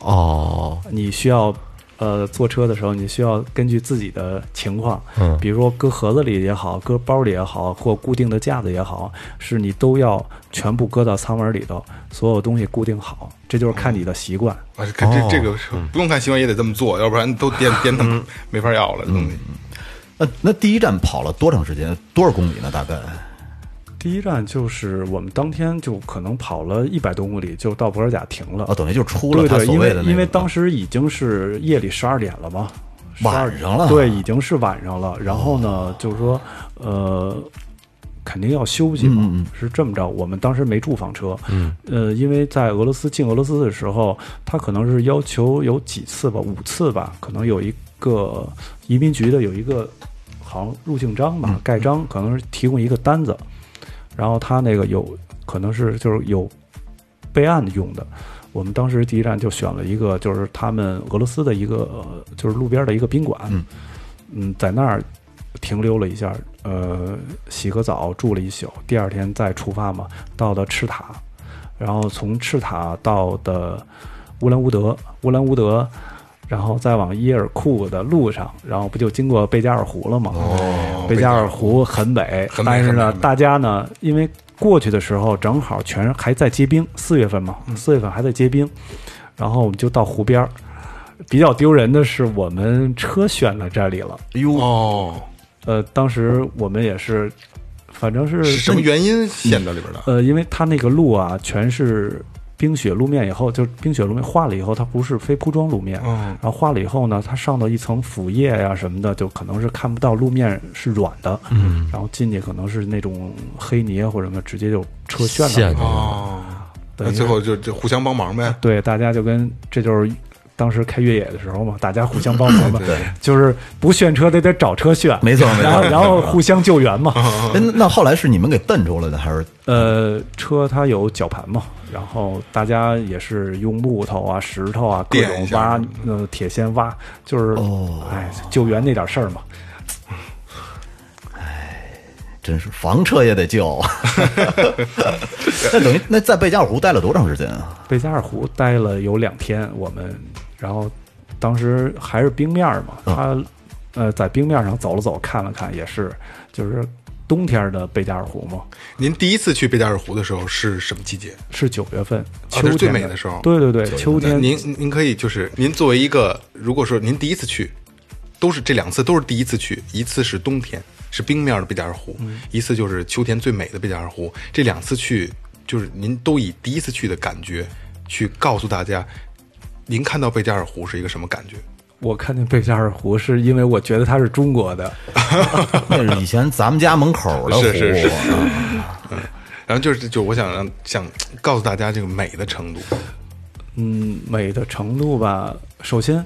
Speaker 2: 哦，
Speaker 7: 你需要。呃，坐车的时候，你需要根据自己的情况，
Speaker 2: 嗯
Speaker 7: 比如说搁盒子里也好，搁包里也好，或固定的架子也好，是你都要全部搁到舱门里头，所有东西固定好，这就是看你的习惯。
Speaker 4: 啊，这这这
Speaker 6: 哦
Speaker 4: 个是
Speaker 6: 嗯
Speaker 4: 不用看新闻也得这么做，要不然都
Speaker 6: (laughs)
Speaker 4: 颠颠腾没法要
Speaker 6: 嗯
Speaker 4: 了这东西。
Speaker 6: 那那第一站跑了多长时间？多少公里呢？大概？
Speaker 7: 第一站就是我们当天就可能跑了一百多公里，就到博尔贾停了。
Speaker 6: 啊，等于就出了
Speaker 7: 对
Speaker 6: 他
Speaker 7: 对，
Speaker 6: 所
Speaker 7: 因
Speaker 6: 谓
Speaker 7: 为
Speaker 6: 的那个啊
Speaker 7: 因为当时已经是夜里十二点了嘛，12
Speaker 6: 晚上了
Speaker 7: 对，已经是晚上了。然后呢，就是说，呃，肯定要休息嘛，是这么着。我们当时没住房车，嗯，呃，因为在俄罗斯进俄罗斯的时候，他可能是要求有几次吧，五次吧，可能有一个移民局的有一个好像入境章吧，盖章，可能是提供一个单子，然后他那个有可能是就是有备案用的。我们当时第一站就选了一个，就是他们俄罗斯的一个，呃就是路边的一个宾馆，嗯在那儿停留了一下，呃，洗个澡，住了一宿，第二天再出发嘛，到的赤塔，然后从赤塔到的乌兰乌德，乌兰乌德。然后再往伊尔库的路上，然后不就经过贝加尔湖了吗？哦贝加尔湖很美，
Speaker 4: 很美
Speaker 7: 但是呢
Speaker 4: 很美，
Speaker 7: 大家呢，因为过去的时候正好全还在结冰，四月份嘛，
Speaker 4: 嗯
Speaker 7: 四月份还在结冰，然后我们就到湖边儿。比较丢人的是，我们车选到这里了。
Speaker 4: 哦，
Speaker 7: 呃，当时我们也是反正是
Speaker 4: 是什么
Speaker 7: 那
Speaker 4: 原因陷到里边的？
Speaker 7: 呃，因为它那个路啊，全是冰雪路面，以后就是冰雪路面化了以后，它不是非铺装路面，
Speaker 4: 嗯
Speaker 7: 然后化了以后呢，它上到一层腐叶呀、什么的，就可能是看不到路面是软的，嗯，然后进去可能是那种黑泥啊或者什么，直接就车旋了，
Speaker 2: 陷了。
Speaker 4: 哦，
Speaker 7: 对
Speaker 4: 那最后就就互相帮忙呗。
Speaker 7: 对，大家就跟这就是。当时开越野的时候嘛，大家互相帮忙嘛，对，就是不炫车得得找车炫，
Speaker 6: 没错没错
Speaker 7: 然后然后互相救援嘛，
Speaker 6: 哎那那后来是你们给蹬出来的，还是
Speaker 7: 呃，车它有绞盘嘛，然后大家也是用木头啊、石头啊各
Speaker 4: 垫一
Speaker 7: 种
Speaker 4: 下哦
Speaker 7: 挖
Speaker 4: 什，
Speaker 7: 呃，铁线挖，就是，哎，救援那点事儿嘛。
Speaker 6: 真是房车也得救？ (laughs) 那等于那在贝加尔湖待了多长时间啊？
Speaker 7: 贝加尔湖待了有两天，我们，然后当时还是冰面儿嘛，
Speaker 4: 嗯
Speaker 7: 他，呃，在冰面上走了走，看了看，也是，就是冬天的贝加尔湖嘛，
Speaker 4: 您第一次去贝加尔湖的时候是什么季节？
Speaker 7: 是九月份，秋
Speaker 4: 哦这
Speaker 7: 天、
Speaker 4: 是最美的时候
Speaker 7: 对对对，秋
Speaker 4: 那
Speaker 7: 天
Speaker 4: 您您可以就是您作为一个，如果说您第一次去，都是这两次都是第一次去，一次是冬天是冰面的贝加尔湖，一次就是秋天最美的贝加尔湖。这两次去就是您都以第一次去的感觉去告诉大家，您看到贝加尔湖是一个什么感觉？
Speaker 7: 我看见贝加尔湖是因为我觉得它是中国的，
Speaker 6: 那是以前咱们家门口的湖，
Speaker 4: 是
Speaker 6: 啊
Speaker 4: 是是然后就是就我想让想告诉大家这个美的程度，
Speaker 7: 嗯，美的程度吧，首先，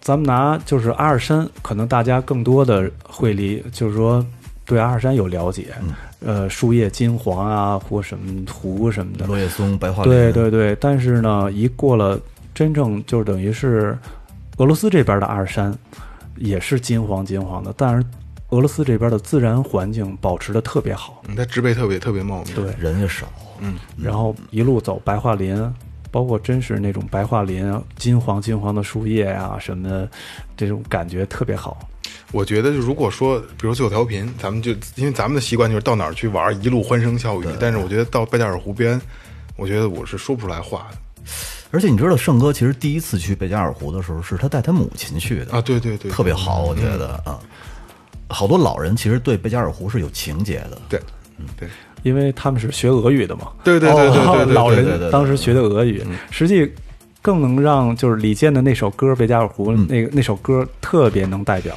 Speaker 7: 咱们拿就是阿尔山，可能大家更多的会离，就是说对阿尔山有了解，呃，树叶金黄啊，或什么湖什么
Speaker 6: (laughs)
Speaker 7: 的，
Speaker 6: 落叶松、白桦林，
Speaker 7: 对对对。但是呢，一过了真正就是等于是俄罗斯这边的阿尔山，也是金黄金黄的，但是俄罗斯这边的自然环境保持的特别好，
Speaker 4: 嗯它植被特别特别茂密。
Speaker 7: 对，
Speaker 6: 人也少，
Speaker 7: 然后一路走白桦林，包括真是那种白桦林啊金黄金黄的树叶啊什么的，这种感觉特别好。
Speaker 4: 我觉得，就如果说，比如最后调频，咱们就因为咱们的习惯就是到哪儿去玩儿，一路欢声笑语。但是我觉得到贝加尔湖边，我觉得我是说不出来话的
Speaker 6: 而且你知道，盛哥其实第一次去贝加尔湖的时候，是他带他母亲去的
Speaker 4: 啊！对对对，
Speaker 6: 嗯
Speaker 4: 嗯
Speaker 6: 特别好，我觉得啊，好多老人其实对贝加尔湖是有情结的。
Speaker 4: 对，对
Speaker 6: 嗯
Speaker 7: 因为他们是学俄语的嘛，
Speaker 4: 对对对对
Speaker 7: 然后
Speaker 4: 对对，嗯
Speaker 7: 老
Speaker 6: 对对
Speaker 7: 人
Speaker 6: 对
Speaker 7: 当时学的俄语，实际更能让就是李健的那首歌《贝加尔湖》
Speaker 4: 嗯
Speaker 7: 那个那首歌特别能代表，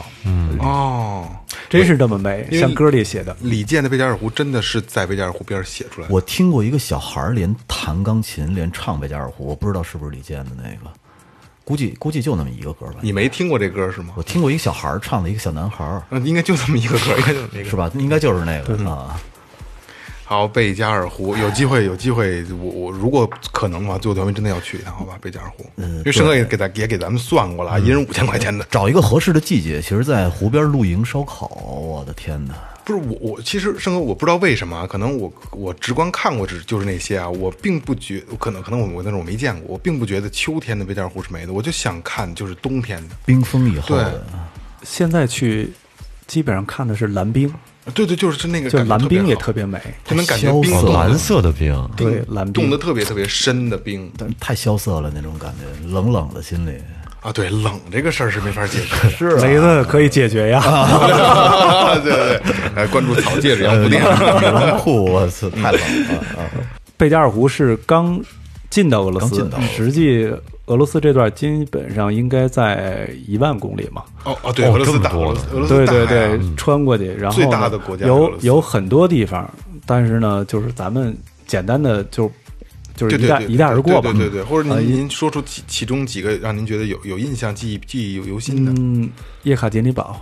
Speaker 4: 哦。
Speaker 7: 真是这么美，
Speaker 4: 因为
Speaker 7: 像歌里写的。
Speaker 4: 李健的贝加尔湖真的是在贝加尔湖边儿写出来的。
Speaker 6: 我听过一个小孩儿连弹钢琴，连唱贝加尔湖，我不知道是不是李健的那个，估计估计就那么一个歌吧。
Speaker 4: 你没听过这歌是吗
Speaker 6: 我？听过一个小孩儿唱的一个小男孩儿，
Speaker 4: 嗯，应该就这么一个歌，应
Speaker 6: (laughs)
Speaker 4: 该就那
Speaker 6: 是
Speaker 4: 个。
Speaker 6: 吧？应该就是那个啊。
Speaker 4: 好，贝加尔湖有机会，有机会，我我如果可能的话，最后调频真的要去一趟，好吧？贝加尔湖，
Speaker 6: 嗯
Speaker 4: 因为申哥也给咱也给咱们算过了，一人五千块钱的。
Speaker 6: 找一个合适的季节，其实，在湖边露营烧烤，我的天哪！
Speaker 4: 不是我，我其实盛哥，我不知道为什么啊，可能我我直观看过只就是那些啊，我并不觉，可能可能我我但是我没见过，我并不觉得秋天的贝加尔湖是美的，我就想看就是冬天的。
Speaker 6: 冰封以后的，
Speaker 7: 现在去基本上看的是蓝冰，
Speaker 4: 对对，就是那个
Speaker 7: 就
Speaker 4: 感觉
Speaker 7: 蓝冰也
Speaker 4: 好
Speaker 7: 特别美，
Speaker 4: 就能感觉冰
Speaker 6: 萧瑟
Speaker 4: 冻
Speaker 2: 蓝
Speaker 4: 得
Speaker 2: 色的冰，
Speaker 7: 对蓝
Speaker 4: 冻
Speaker 7: 冰
Speaker 4: 得特别特别深的冰
Speaker 6: 但是太萧瑟了那种感觉，冷冷的心里。
Speaker 4: 啊，对冷这个事儿是没法解决
Speaker 7: (laughs)
Speaker 4: 的。
Speaker 7: 是雷子可以解
Speaker 4: (laughs)
Speaker 7: 决呀。
Speaker 4: 对对对，来关注草戒指杨不定。
Speaker 6: 冷酷，我操，太冷了啊！
Speaker 7: 贝加尔湖是刚进到俄罗斯，
Speaker 6: 刚进到俄罗斯
Speaker 7: 实际俄罗斯这段基本上应该在一万公里嘛。
Speaker 4: 哦哦，对，
Speaker 2: 哦
Speaker 4: 俄罗斯大，
Speaker 2: 这么
Speaker 4: 俄
Speaker 2: 多
Speaker 4: 罗斯俄罗斯啊
Speaker 7: 对
Speaker 4: 大
Speaker 7: 对
Speaker 4: 呀嗯
Speaker 7: 对，穿过去，然后呢
Speaker 4: 最大的国家俄
Speaker 7: 有
Speaker 4: 罗斯
Speaker 7: 有很多地方，但是呢，就是咱们简单的就就是
Speaker 4: 对
Speaker 7: 一
Speaker 4: 对
Speaker 7: 带
Speaker 4: 对，
Speaker 7: 一带而过吧。嗯
Speaker 4: 对对对，对或者您您说出其其中几个让您觉得有有印象、记忆记忆犹新的。
Speaker 7: 嗯，叶卡捷琳堡，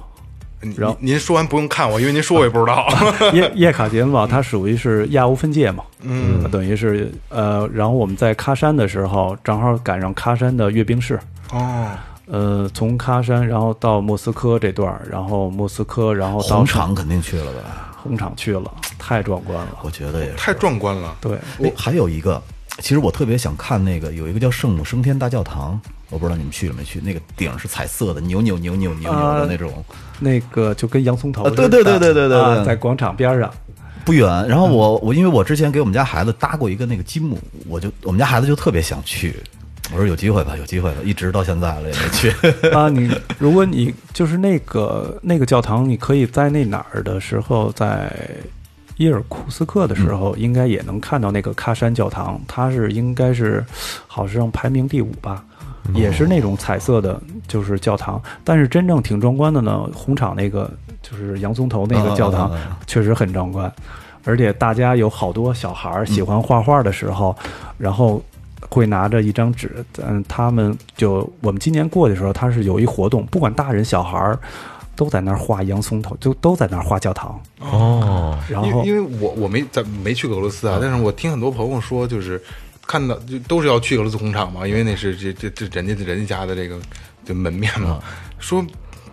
Speaker 4: 您
Speaker 7: 然后
Speaker 4: 您您说完不用看我，因为您说我也不知道。 (laughs)
Speaker 7: 叶叶卡捷琳堡它属于是亚欧分界嘛，嗯，等于是呃，然后我们在喀山的时候，正好赶上喀山的阅兵式，
Speaker 4: 哦，
Speaker 7: 呃，从喀山，然后到莫斯科这段儿，然后莫斯科，然后到
Speaker 6: 红场肯定去了吧？
Speaker 7: 红场去了，太壮观了。
Speaker 6: 我觉得也是。
Speaker 4: 太壮观了。
Speaker 7: 对，
Speaker 6: 哎，还有一个，其实我特别想看那个，有一个叫圣母升天大教堂，我不知道你们去了没去？那个顶是彩色的，扭扭扭扭扭扭
Speaker 7: 呃
Speaker 6: 的那种，
Speaker 7: 那个就跟洋葱头
Speaker 6: 啊
Speaker 7: 似的、
Speaker 6: 对对对对对对
Speaker 7: 啊
Speaker 6: 对
Speaker 7: 在广场边儿上，
Speaker 6: 不远。然后我我因为我之前给我们家孩子搭过一个那个积木，我就我们家孩子就特别想去，我说有机会吧，有机会吧，一直到现在了也没去。
Speaker 7: 啊，你如果你就是那个那个教堂，你可以在那哪儿的时候，在伊尔库斯克的时候，应该也能看到那个喀山教堂，它是应该是好像排名第五吧，也是那种彩色的，就是教堂。但是真正挺壮观的呢，红场那个就是洋葱头 (laughs) 那个教堂
Speaker 6: 嗯嗯嗯嗯，
Speaker 7: 确实很壮观。而且大家有好多小孩儿喜欢画画的时候，然后会拿着一张纸，嗯，他们就我们今年过去的时候，他是有一活动，不管大人小孩儿都在那儿画洋葱头，就都在那儿画教堂。
Speaker 2: 哦，
Speaker 7: 然
Speaker 4: 因
Speaker 7: 后
Speaker 4: 为因为我我没咱没去过俄罗斯啊，但是我听很多朋友说，就是看到就都是要去俄罗斯红场嘛，因为那是这这这人家人家家的这个这门面嘛，说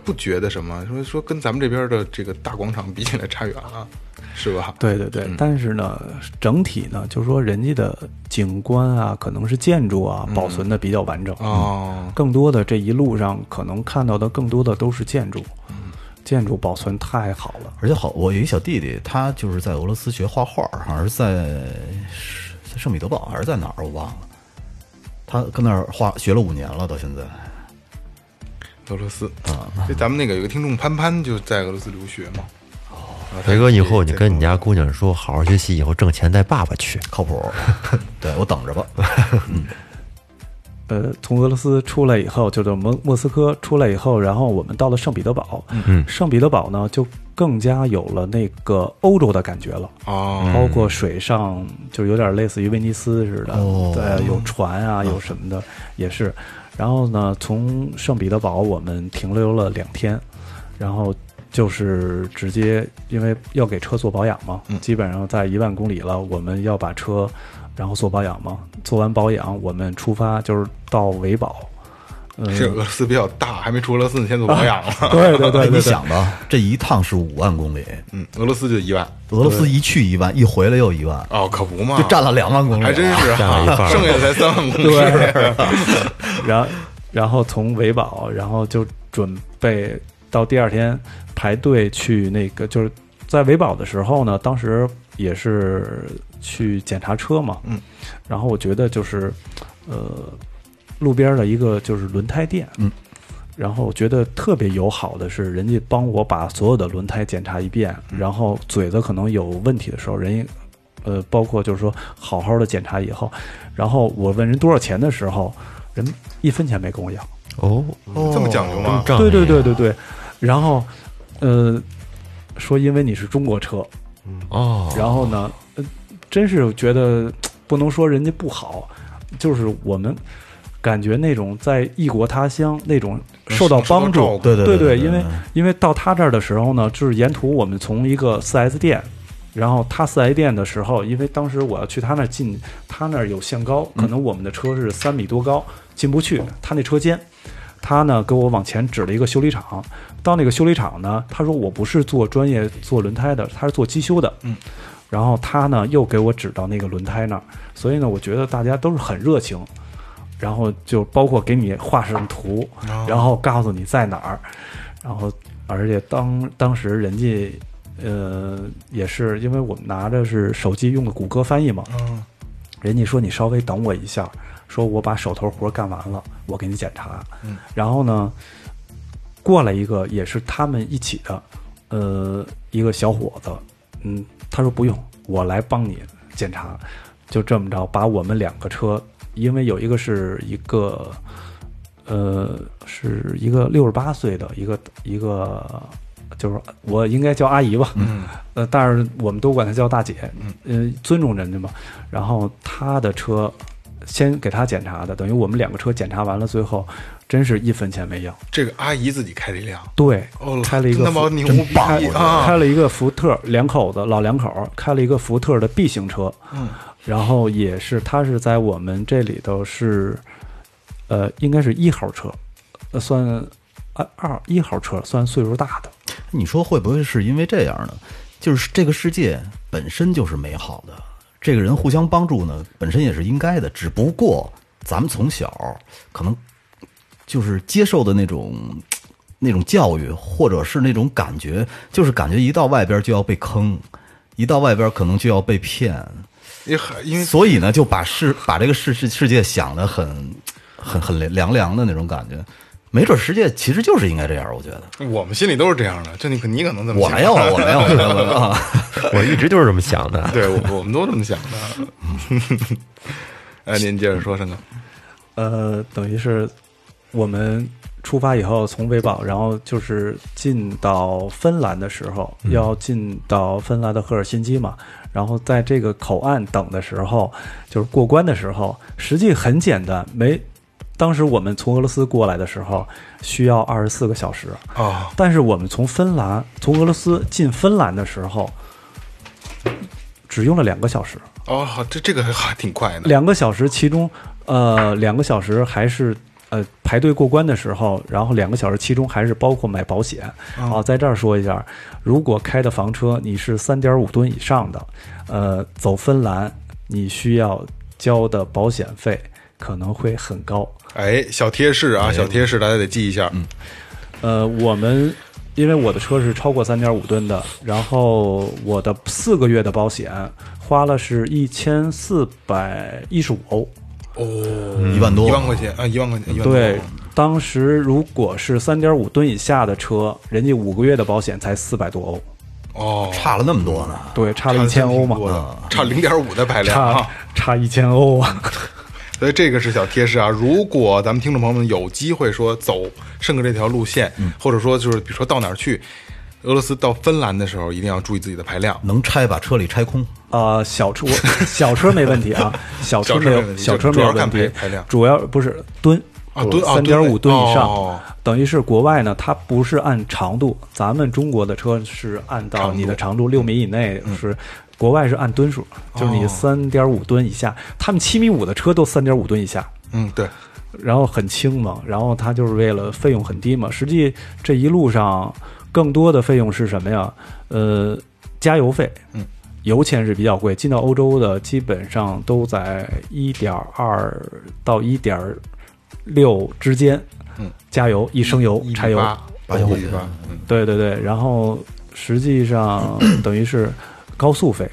Speaker 4: 不觉得什么，说说跟咱们这边的这个大广场比起来差远了，是吧？
Speaker 7: 对对对，但是呢，整体呢，就是说人家的景观啊，可能是建筑啊，保存的比较完整。嗯
Speaker 4: 哦，
Speaker 7: 更多的这一路上可能看到的更多的都是建筑，建筑保存太好了。
Speaker 6: 而且好，我有一小弟弟，他就是在俄罗斯学画画，好像是在是在圣彼得堡还是在哪儿，我忘了。他跟那儿画学了五年了，到现在。
Speaker 4: 俄罗斯啊，就咱们那个有个听众潘潘就在俄罗斯留学嘛。哦，
Speaker 2: 雷哥，以后你跟你家姑娘说，好好学习，以后挣钱带爸爸去。
Speaker 6: 靠谱，
Speaker 7: (laughs)
Speaker 6: 对我等着吧。
Speaker 7: 呃，从俄罗斯出来以后，就是莫莫斯科出来以后，然后我们到了圣彼得堡，嗯，圣彼得堡呢就更加有了那个欧洲的感觉了。
Speaker 4: 哦，
Speaker 7: 包括水上，就是有点类似于威尼斯似的，
Speaker 6: 哦
Speaker 7: 对，有船啊，有什么的也是。然后呢，从圣彼得堡我们停留了两天，然后就是直接因为要给车做保养嘛，基本上在一万公里了，我们要把车然后做保养嘛，做完保养 (laughs) 我们出发就是到维保，嗯，
Speaker 4: 是俄罗斯比较大，还没出俄罗斯呢，先做保养了。
Speaker 7: 对对对
Speaker 6: 哎
Speaker 7: 对
Speaker 6: 你
Speaker 7: 对，
Speaker 6: 想吧，这一趟是五万公里，
Speaker 4: 嗯，俄罗斯就一万
Speaker 6: 俄罗斯一去一万，一回来又一万，
Speaker 4: 哦，可不嘛，
Speaker 6: 就占了两万公里，
Speaker 4: 还真是
Speaker 2: 占了一半
Speaker 4: 啊，
Speaker 2: 儿
Speaker 4: (laughs) 剩下才三万公里。
Speaker 7: 啊 (laughs) 然后然后从维保，然后就准备到第二天排队去那个，就是在维保的时候呢，当时也是去检查车嘛，
Speaker 4: 嗯，
Speaker 7: 然后我觉得就是呃路边的一个就是轮胎店，
Speaker 6: 嗯。
Speaker 7: 然后我觉得特别友好的是，人家帮我把所有的轮胎检查一遍，然后嘴子可能有问题的时候，人家呃，包括就是说好好的检查以后，然后我问人多少钱的时候，人一分钱没跟我要。
Speaker 2: 哦，
Speaker 4: 这么讲究吗？
Speaker 2: 仗义
Speaker 7: 对对对对对，然后呃，说因为你是中国车，
Speaker 2: 哦，
Speaker 7: 然后呢，呃，真是觉得不能说人家不好，就是我们感觉那种在异国他乡那种受到帮
Speaker 4: 受到照
Speaker 7: 助
Speaker 4: 顾，
Speaker 6: 对对
Speaker 7: 对
Speaker 6: 对对
Speaker 7: 因为
Speaker 6: 对
Speaker 7: 因为到他这儿的时候呢，就是沿途我们从一个四 S 店。然后他四 S 店的时候，因为当时我要去他那儿进，他那儿有限高，
Speaker 6: 嗯
Speaker 7: 可能我们的车是三米多高，进不去他那车间。他呢给我往前指了一个修理厂，到那个修理厂呢，他说我不是做专业做轮胎的，他是做机修的。嗯，然后他呢又给我指到那个轮胎那儿，所以呢，我觉得大家都是很热情，然后就包括给你画上图，然后告诉你在哪儿，然后而且当当时人家呃也是因为我们拿着是手机用的谷歌翻译嘛，人家说你稍微等我一下，说我把手头活干完了，我给你检查。然后呢，过来一个也是他们一起的，呃，一个小伙子，嗯，他说不用，我来帮你检查，就这么着把我们两个车，因为有一个是一个，呃，是一个六十八岁的一个一个，就是我应该叫阿姨吧，嗯，呃，但是我们都管她叫大姐，嗯、尊重人家嘛。然后她的车先给她检查的，等于我们两个车检查完了，最后真是一分钱没要，
Speaker 4: 这个阿姨自己开了一辆，
Speaker 7: 对，
Speaker 4: 哦，
Speaker 7: 开了一个
Speaker 4: 那
Speaker 7: 福
Speaker 4: 么牛逼啊！
Speaker 7: 开了一个福特，两口子老两口儿开了一个福特的 B 型车，嗯，然后也是他是在我们这里头是，呃，应该是一号车，呃，算呃二一号车算岁数大的，
Speaker 6: 你说会不会是因为这样呢？就是这个世界本身就是美好的，这个人互相帮助呢，本身也是应该的。只不过咱们从小可能就是接受的那种那种教育，或者是那种感觉，就是感觉一到外边就要被坑，一到外边可能就要被骗，
Speaker 4: 也很因为
Speaker 6: 所以呢，就把世把这个世世世界想得很很很凉凉的那种感觉。没准世界其实就是应该这样，我觉得。
Speaker 4: 我们心里都是这样的，就你可你可能这么
Speaker 6: 我
Speaker 4: 想
Speaker 6: 没有，我没有，我没有我没有啊！
Speaker 2: 我一直就是这么想的。
Speaker 4: 对我我们都这么想的。哎，您接着说，沈哥，
Speaker 7: 呃，等于是我们出发以后，从维堡，然后就是进到芬兰的时候，要进到芬兰的赫尔辛基嘛。然后在这个口岸等的时候，就是过关的时候，实际很简单，没。当时我们从俄罗斯过来的时候，需要二十四个小时。
Speaker 4: 哦，
Speaker 7: 但是我们从芬兰，从俄罗斯进芬兰的时候，只用了两个小时。
Speaker 4: 哦，这这个还挺快的。
Speaker 7: 两个小时，其中呃两个小时还是呃排队过关的时候，然后两个小时其中还是包括买保险啊。在这儿说一下，如果开的房车你是三点五吨以上的，呃，走芬兰你需要交的保险费可能会很高。
Speaker 4: 哎，小贴士啊，小贴士，大家得记一下。嗯，
Speaker 7: 呃，我们因为我的车是超过三点五吨的，然后我的四个月的保险花了是一千四百一十五欧。
Speaker 6: 一万多，
Speaker 4: 一万块钱啊，一万块钱，一万多
Speaker 7: 对，当时如果是三点五吨以下的车，人家五个月的保险才四百多欧，
Speaker 4: 哦，
Speaker 6: 差了那么多呢。
Speaker 7: 对，差
Speaker 4: 差
Speaker 7: 了一千欧
Speaker 4: 挺多
Speaker 7: 嘛，
Speaker 4: 的，差零点五的排量
Speaker 7: 差
Speaker 4: 啊。
Speaker 7: 差一千欧啊。
Speaker 4: 所以这个是小贴士啊。如果咱们听众朋友们有机会说走圣哥这条路线，
Speaker 7: 嗯
Speaker 4: 或者说就是比如说到哪儿去，俄罗斯到芬兰的时候，一定要注意自己的排量。
Speaker 6: 能拆把车里拆空，
Speaker 7: 啊、小车
Speaker 4: (laughs)
Speaker 7: 小车没问题啊，小车
Speaker 4: 小车
Speaker 7: 没
Speaker 4: 没
Speaker 7: 有
Speaker 4: 问题
Speaker 7: 小车
Speaker 4: 主
Speaker 7: 没
Speaker 4: 要
Speaker 7: 有
Speaker 4: 看
Speaker 7: 问题
Speaker 4: 排排量，
Speaker 7: 主要不是吨
Speaker 4: 啊吨啊
Speaker 7: 三点五吨以上，
Speaker 4: 哦
Speaker 7: 等于是国外呢，它不是按长度，咱们中国的车是按
Speaker 4: 长
Speaker 7: 到
Speaker 4: 度嗯
Speaker 7: 你的长度六米以内是。国外是按吨数，就是
Speaker 4: 哦
Speaker 7: 你三点五吨以下，他们七米五的车都三点五吨以下，
Speaker 4: 嗯，对，
Speaker 7: 然后很轻嘛，然后它就是为了费用很低嘛。实际这一路上更多的费用是什么呀？呃，加油费，嗯，油钱是比较贵，进到欧洲的基本上都在一点二到一点六之间，
Speaker 4: 嗯，
Speaker 7: 加油一升油
Speaker 4: 一
Speaker 7: 柴油，
Speaker 4: 八八九一八，嗯，
Speaker 7: 对对对，然后实际上等于是高速费。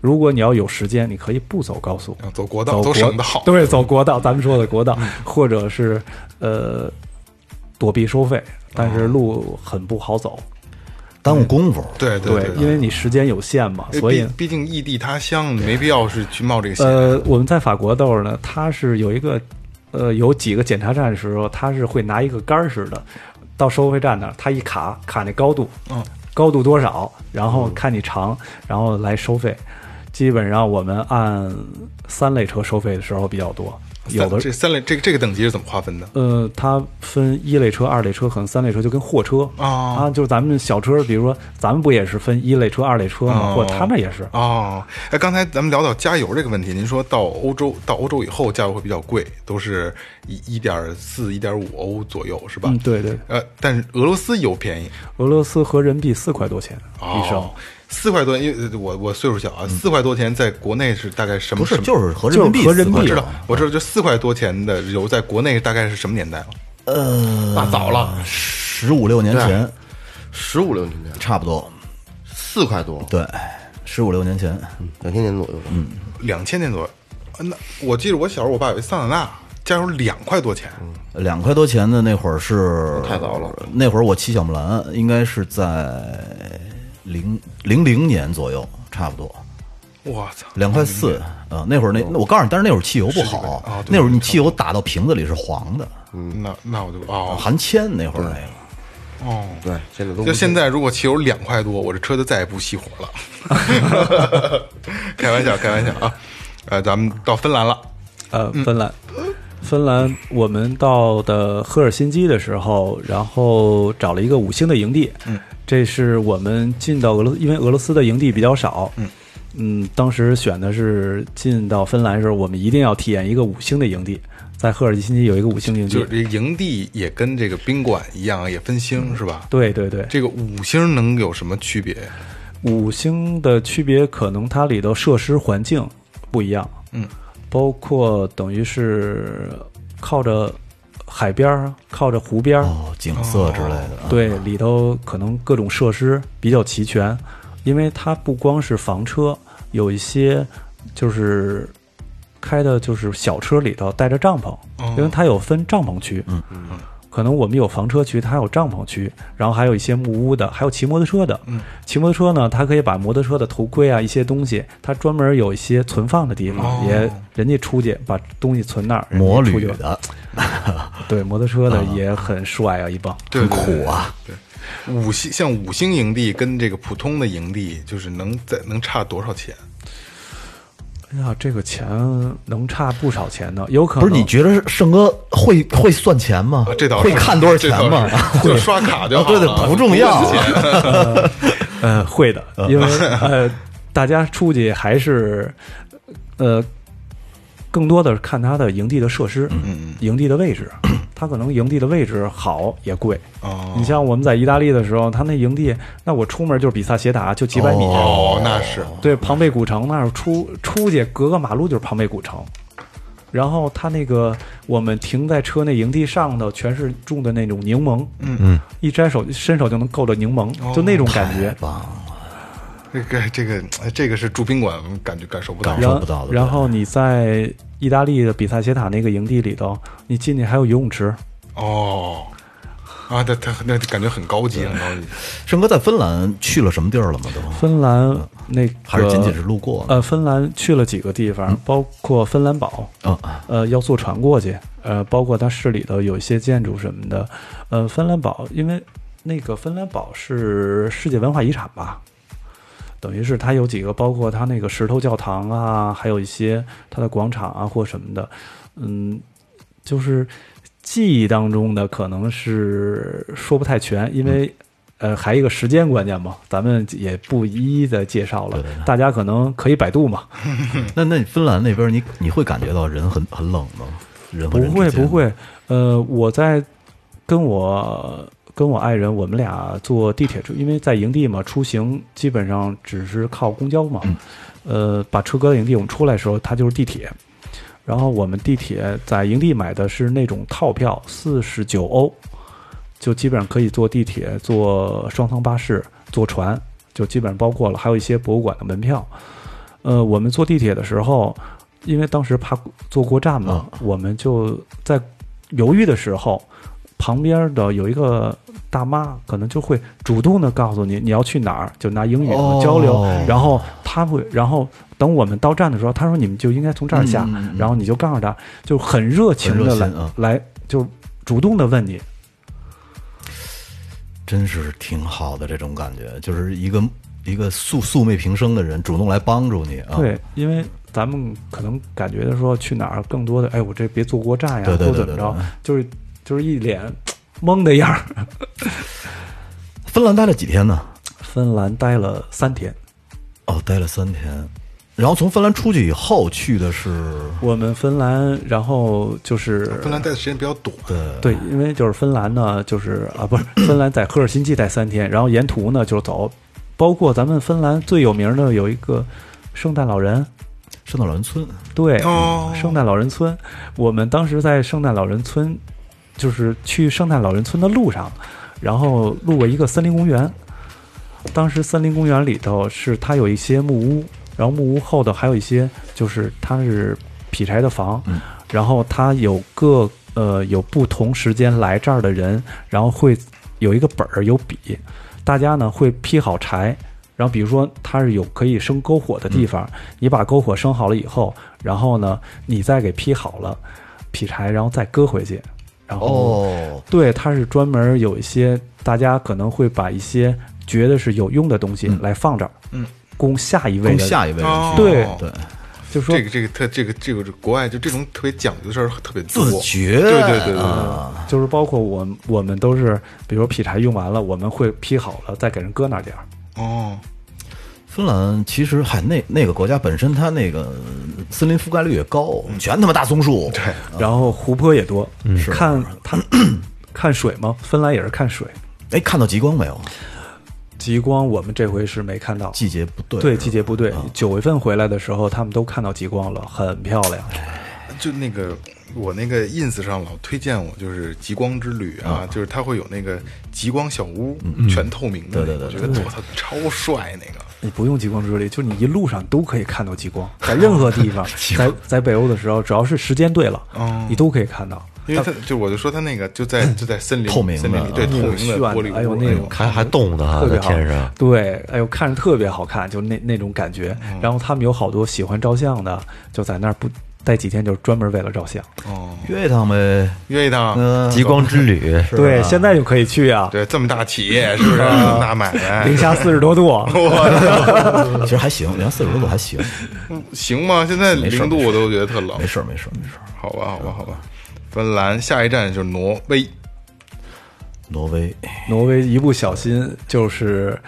Speaker 7: 如果你要有时间，你可以不走高速，
Speaker 4: 啊走国道
Speaker 7: 走
Speaker 4: 走
Speaker 7: 国
Speaker 4: 省道，
Speaker 7: 对，走国道，咱们说的国道，
Speaker 4: 嗯
Speaker 7: 或者是呃躲避收费，但
Speaker 4: 哦
Speaker 7: 是路很不好走，
Speaker 6: 耽误功夫。
Speaker 4: 对对对，哎
Speaker 7: 因为你时间有限嘛，
Speaker 4: 因
Speaker 7: 所
Speaker 4: 为
Speaker 7: 以
Speaker 4: 毕毕竟异地他乡，没必要是去冒这个险。
Speaker 7: 呃，我们在法国豆儿呢，它是有一个呃有几个检查站的时候，它是会拿一个杆儿似的，到收费站那儿，它一卡卡那高度，
Speaker 4: 嗯，
Speaker 7: 高度多少，然后看你长，然后来收费。基本上我们按三类车收费的时候比较多，
Speaker 4: 三
Speaker 7: 有的
Speaker 4: 这三类这个这个等级是怎么划分的？
Speaker 7: 呃，它分一类车、二类车，可能三类车就跟货车、
Speaker 4: 哦
Speaker 7: 啊，就是咱们小车，比如说咱们不也是分一类车、二类车吗？
Speaker 4: 哦
Speaker 7: 或他们也是，
Speaker 4: 哦，哎，刚才咱们聊到加油这个问题，您说到欧洲，到欧洲以后加油会比较贵，都是一一点四、一点五欧左右，是吧？
Speaker 7: 嗯，。对对，
Speaker 4: 呃，但是俄罗斯油便宜
Speaker 7: 俄罗斯合人民币四块多钱
Speaker 4: 哦
Speaker 7: 一升，
Speaker 4: 四块多，因为呃我我岁数小啊，四块多钱在国内是大概什么？
Speaker 6: 不是，
Speaker 4: 什么
Speaker 6: 就是合人民币，
Speaker 7: 就是合人民币
Speaker 4: 我
Speaker 6: 四
Speaker 4: 知
Speaker 6: 块
Speaker 4: 道
Speaker 6: 多，
Speaker 4: 我知道，就四块多钱的油在国内大概是什么年代了？
Speaker 6: 呃，
Speaker 4: 那早了，
Speaker 6: 十五六年前，
Speaker 5: 十五六年前，
Speaker 6: 差不多，
Speaker 5: 四块多，
Speaker 6: 对，十五六年前，
Speaker 5: 两千年左右吧。嗯，
Speaker 4: 两千年左右。啊那我记得我小时候，我爸有一桑塔纳，加油两块多钱。
Speaker 6: 两块多钱的那会儿是
Speaker 5: 太早了。
Speaker 6: 那会儿我骑小木兰，应该是在零零零年左右，差不多
Speaker 4: 我操，
Speaker 6: 两块四啊。那会儿那那我告诉你，但是那会儿汽油不
Speaker 4: 十几块
Speaker 6: 好
Speaker 4: 啊，对
Speaker 6: 那会儿你汽油打到瓶子里是黄的，
Speaker 4: 那那我就哦
Speaker 6: 含铅那会儿那个。
Speaker 4: 哦，
Speaker 5: 对，现在都
Speaker 4: 就现
Speaker 5: 在
Speaker 4: 在，如果汽油两块多，我这车就再也不熄火了。 (laughs) 开玩笑，开玩笑啊！呃，咱们到芬兰了，
Speaker 7: 呃，
Speaker 4: 嗯
Speaker 7: 芬兰，芬兰，我们到的赫尔辛基的时候，然后找了一个五星的营地，嗯，这是我们进到俄罗斯，因为俄罗斯的营地比较少，嗯。当时选的是进到芬兰的时候，我们一定要体验一个五星的营地，在赫尔辛基有一个五星
Speaker 6: 嗯
Speaker 7: 营
Speaker 4: 就
Speaker 7: 地
Speaker 4: 是，这营地也跟这个宾馆一样，也分
Speaker 6: 嗯
Speaker 4: 星是吧？
Speaker 7: 对对对，
Speaker 4: 这个五星能有什么区别？
Speaker 7: 五星的区别可能它里头设施环境不一样，
Speaker 4: 嗯，
Speaker 7: 包括等于是靠着海边儿，靠着湖边儿，
Speaker 6: 哦，景色之类的，
Speaker 4: 哦
Speaker 6: 啊
Speaker 7: 对，里头可能各种设施比较齐全，因为它不光是房车，有一些就是开的就是小车里头带着帐篷，因为它有分帐篷区，嗯嗯，可能我们有房车区，它还有帐篷区，然后还有一些木屋的，还有骑摩托车的。骑摩托车呢，它可以把摩托车的头盔啊一些东西，它专门有一些存放的地方，也人家出去把东西存那儿。人家
Speaker 6: 摩
Speaker 7: 出
Speaker 6: 旅
Speaker 7: 去
Speaker 6: 的啊
Speaker 7: 对摩托车的也很帅啊，一帮。
Speaker 4: 对对
Speaker 6: 苦啊，
Speaker 4: 对，五星像五星营地跟这个普通的营地，就是能在能差多少钱？
Speaker 7: 哎呀，这个钱能差不少钱呢，有可
Speaker 6: 不
Speaker 7: 能
Speaker 6: 是？你觉得是盛哥会会算钱吗
Speaker 4: 嗯啊？这倒是
Speaker 6: 会看多少钱吗 (laughs) 啊哦
Speaker 4: 这？倒是就刷卡就好
Speaker 6: 对
Speaker 4: 了，
Speaker 6: 对，不重要。
Speaker 7: 呃，会的， (laughs) 因为呃，大家出去还是呃，更多的是看它的营地的设施，嗯，营地的位 (clears throat) 置，它可能营地的位置好也贵。
Speaker 4: 哦
Speaker 7: 你像我们在意大利的时候，它那营地，那我出门就是比萨斜塔，就几百米。
Speaker 4: 哦，那是
Speaker 7: 对，庞贝古城那儿出出去隔个马路就是庞贝古城，然后它那个我们停在车内营地上头全是种的那种柠檬，嗯嗯，一摘手伸手就能够到柠檬，就那种感觉。
Speaker 4: 这个这个哎这个是住宾馆感觉感受不到
Speaker 6: 感，
Speaker 7: 然
Speaker 6: 受
Speaker 7: 后
Speaker 6: 不到的
Speaker 7: 然后你在意大利的比萨斜塔那个营地里头，你进去还有游泳池，
Speaker 4: 哦，啊，他他那感觉很高级，很高级。
Speaker 6: 盛哥在芬兰去了什么地儿了吗？都
Speaker 7: 芬兰那个
Speaker 6: 嗯还是仅仅是路过呢？
Speaker 7: 呃，芬兰去了几个地方，
Speaker 6: 嗯
Speaker 7: 包括芬兰堡，
Speaker 6: 啊，
Speaker 7: 呃，要坐船过去，呃，包括它市里头有一些建筑什么的，呃，芬兰堡，因为那个芬兰堡是世界文化遗产吧，等于是它有几个，包括它那个石头教堂啊，还有一些它的广场啊或什么的，嗯，就是记忆当中的可能是说不太全，因为。呃，还有一个时间观念嘛，咱们也不一一的介绍了，大家可能可以百度嘛。
Speaker 6: 那那芬兰那边你你会感觉到人很很冷吗？人和
Speaker 7: 不
Speaker 6: 人
Speaker 7: 会
Speaker 6: 之间
Speaker 7: 不，会，呃，我在跟我跟我爱人，我们俩坐地铁出，因为在营地嘛，出行基本上只是靠公交嘛。呃，把车搁到营地，我们出来的时候，它就是地铁。然后我们地铁在营地买的是那种套票，四十九欧，就基本上可以坐地铁、坐双层巴士、坐船，就基本上包括了，还有一些博物馆的门票。呃，我们坐地铁的时候，因为当时怕坐过站嘛，
Speaker 6: 啊
Speaker 7: 我们就在犹豫的时候，旁边的有一个大妈，可能就会主动的告诉你你要去哪儿，就拿英语
Speaker 6: 哦
Speaker 7: 交流，然后她会，然后等我们到站的时候，她说你们就应该从这儿下，
Speaker 6: 嗯嗯嗯
Speaker 7: 然后你就告诉她，就很热情的
Speaker 6: 很热
Speaker 7: 来、
Speaker 6: 心啊
Speaker 7: 来，就主动的问你，
Speaker 6: 真是挺好的这种感觉，就是一个一个素素昧平生的人主动来帮助你啊。
Speaker 7: 对，因为咱们可能感觉的说去哪儿更多的，哎，我这别坐过站呀，
Speaker 6: 对对对
Speaker 7: 或者怎么着，就是就是一脸 (laughs) 懵的样儿。
Speaker 6: 芬兰待了几天呢？
Speaker 7: 芬兰待了三天，
Speaker 6: 哦，待了三天。然后从芬兰出去以后去的是
Speaker 7: 我们芬兰，然后就是
Speaker 4: 芬兰待的时间比较短，
Speaker 6: 呃
Speaker 7: 对，因为就是芬兰呢，就是啊，不是 (clears throat) 芬兰在赫尔辛基待三天，然后沿途呢就是走，包括咱们芬兰最有名的有一个圣诞老人，
Speaker 6: 圣诞老人村，
Speaker 7: 对，
Speaker 4: 哦
Speaker 7: 圣诞老人村，我们当时在圣诞老人村，就是去圣诞老人村的路上，然后路过一个森林公园。当时森林公园里头是它有一些木屋，然后木屋后头还有一些就是它是劈柴的房，然后它有各呃有不同时间来这儿的人，然后会有一个本儿有笔，大家呢会劈好柴，然后比如说它是有可以生篝火的地方，你把篝火生好了以后，然后呢你再给劈好了，劈柴然后再搁回去，然后、
Speaker 6: 哦，
Speaker 7: 对，它是专门有一些大家可能会把一些觉得是有用的东西来放这儿，嗯，供下一位
Speaker 6: 跟
Speaker 7: 的，
Speaker 6: 下一位人去。
Speaker 7: 哦对
Speaker 6: 对，
Speaker 7: 就是说
Speaker 4: 哦这个这个特这个这个这个国外就这种特别讲究的事儿特别多
Speaker 6: 自觉，
Speaker 4: 对对对对对，
Speaker 6: 啊，
Speaker 7: 就是包括我们我们都是，比如劈柴用完了，我们会劈好了再给人搁那儿点儿。
Speaker 4: 哦，
Speaker 6: 芬兰其实还那那个国家本身它那个森林覆盖率也高，
Speaker 4: 嗯
Speaker 6: 全他妈大松树。对，
Speaker 7: 然后湖泊也多，
Speaker 6: 嗯是
Speaker 7: 看它看水吗？芬兰也是看水，
Speaker 6: 哎，看到极光没有？
Speaker 7: 极光我们这回是没看到，
Speaker 6: 季节不对，
Speaker 7: 对
Speaker 6: 是吧嗯
Speaker 7: 季节不对，九月份回来的时候他们都看到极光了，很漂亮。
Speaker 6: 哎
Speaker 4: 就那个我那个 ins 上老推荐我就是极光之旅啊，嗯就是它会有那个极光小屋，全透明的那个，我觉得我操超帅那个。
Speaker 7: 你不用极光之旅，就你一路上都可以看到
Speaker 6: (laughs) 嗯
Speaker 7: 极光，在任何地方，在在北欧的时候，只要是时间对了，你都可以看到。
Speaker 4: 因为他就我就说他那个就在就在森林
Speaker 6: 透明的
Speaker 4: 森林里，对
Speaker 6: 啊
Speaker 4: 透明
Speaker 7: 那
Speaker 4: 的
Speaker 7: 个
Speaker 4: 玻璃
Speaker 7: 炫
Speaker 4: 屋，
Speaker 7: 哎呦那种
Speaker 2: 还还动的
Speaker 4: 啊
Speaker 2: 哈，
Speaker 7: 特
Speaker 2: 在
Speaker 7: 别好
Speaker 2: 天上，
Speaker 7: 对，哎呦，看着特别好看，就那那种感觉。
Speaker 4: 嗯
Speaker 7: 然后他们有好多喜欢照相的，就在那儿不待几天，就专门为了照相。
Speaker 4: 哦
Speaker 6: 约一趟呗。
Speaker 4: 约一趟，
Speaker 6: 嗯，
Speaker 2: 极光之旅，
Speaker 7: 对，现在就可以去啊，
Speaker 4: 对这么大企业是不是大买卖
Speaker 7: 零？下四十多度，啊
Speaker 4: (laughs) 哦
Speaker 6: 其实还行，零下四十多度还行，
Speaker 4: 行吗？现在
Speaker 6: 没事
Speaker 4: 零度我都觉得特冷
Speaker 6: 没。事儿没事儿没事儿。
Speaker 4: 好吧，好吧，好吧。芬兰下一站就是挪威，
Speaker 6: 挪威，
Speaker 7: 挪威一不小心就是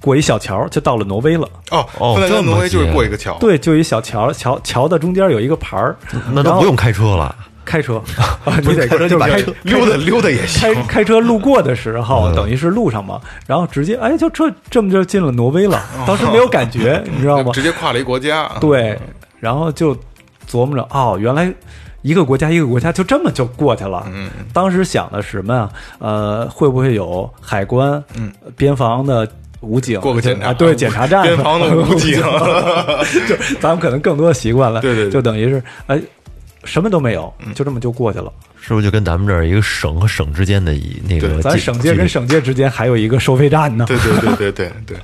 Speaker 7: 过一小桥就到了挪威了。
Speaker 4: 哦，
Speaker 2: 哦
Speaker 4: 芬兰
Speaker 2: 这
Speaker 4: 跟
Speaker 2: 么
Speaker 4: 挪威就是
Speaker 2: 近
Speaker 4: 过一个桥，
Speaker 7: 对，就一小桥，桥桥的中间有一个牌儿，
Speaker 2: 那都
Speaker 7: 然后
Speaker 2: 不用开车了，
Speaker 7: 开车，
Speaker 4: (laughs)
Speaker 7: 啊 (laughs) 你得就是开
Speaker 4: 对，溜达溜达也行。嗯
Speaker 7: 开开车路过的时候，等于是路上嘛，然后直接哎，就这这么就进了挪威了，当时没有
Speaker 4: (laughs)
Speaker 7: 感觉，你知道吗？
Speaker 4: 哦直接跨了一国家，，
Speaker 7: 啊对，然后就琢磨着，哦，原来一个国家一个国家就这么就过去了。嗯，当时想的是什么呀？呃，会不会有海关、嗯、边防的武警
Speaker 4: 过个检查
Speaker 7: 啊？对，检查站、
Speaker 4: 边防的武
Speaker 7: (laughs)
Speaker 4: 警
Speaker 7: 就咱们可能更多的习惯了。
Speaker 4: 对对嗯对
Speaker 7: 就等于是哎，什么都没有，就这么就过去了。
Speaker 2: 是不是就跟咱们这儿一个省和省之间的一那个
Speaker 7: 咱
Speaker 2: 距
Speaker 7: 省界跟
Speaker 2: 距
Speaker 7: 省界之间还有一个收费站呢。 (laughs)
Speaker 4: 对对对对对对，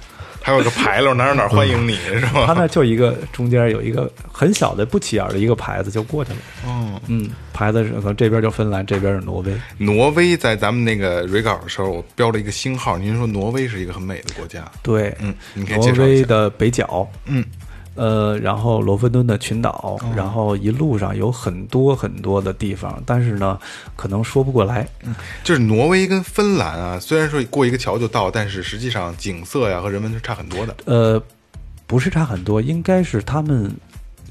Speaker 4: 还有个牌楼，哪儿哪儿欢迎你是
Speaker 7: 他
Speaker 4: 吧？
Speaker 7: 那就一个中间有一个很小的不起眼的一个牌子就过去了，
Speaker 4: 哦，
Speaker 7: 嗯，牌子是可能这边就芬兰，这边是挪威，
Speaker 4: 挪威在咱们那个 r 稿的时候，我标了一个星号。您说挪威是一个很美的国家，
Speaker 7: 对，
Speaker 4: 嗯你可以
Speaker 7: 挪
Speaker 4: 介绍一
Speaker 7: 威
Speaker 4: 下
Speaker 7: 的北角，
Speaker 4: 嗯，哦
Speaker 7: 呃，然后罗芬敦的群岛，然后一路上有很多很多的地方，但是呢，可能说不过来，
Speaker 4: 就是挪威跟芬兰啊，虽然说过一个桥就到，但是实际上景色呀和人文是差很多的
Speaker 7: 呃，不是差很多，应该是他们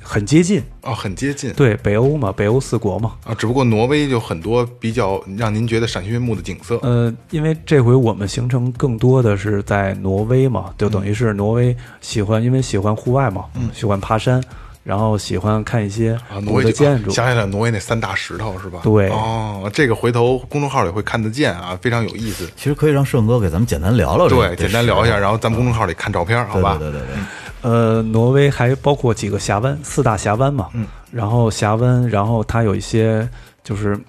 Speaker 7: 很接近，
Speaker 4: 哦，很接近。
Speaker 7: 对，北欧嘛，北欧四国嘛，
Speaker 4: 啊，只不过挪威有很多比较让您觉得赏心悦目的景
Speaker 6: 嗯
Speaker 4: 色，
Speaker 7: 呃，因为这回我们行程更多的是在挪威嘛，就
Speaker 4: 嗯
Speaker 7: 等于是挪威喜欢，因为喜欢户外嘛，喜欢爬山，然后喜欢看一些
Speaker 6: 嗯
Speaker 4: 啊，挪
Speaker 7: 古
Speaker 4: 威
Speaker 7: 的
Speaker 4: 就
Speaker 7: 建筑
Speaker 4: 啊，想起来挪威那三大石头是吧？
Speaker 7: 对
Speaker 4: 哦，这个回头公众号里会看得见啊，非常有意思。
Speaker 6: 其实可以让盛哥给咱们简单聊聊这个，
Speaker 4: 对，简单聊一下，然后咱们公众号里看照片，好
Speaker 6: 嗯对
Speaker 4: 吧？
Speaker 6: 对对对对，
Speaker 7: 呃，挪威还包括几个峡湾，四大峡湾嘛。嗯。然后峡湾，然后它有一些就是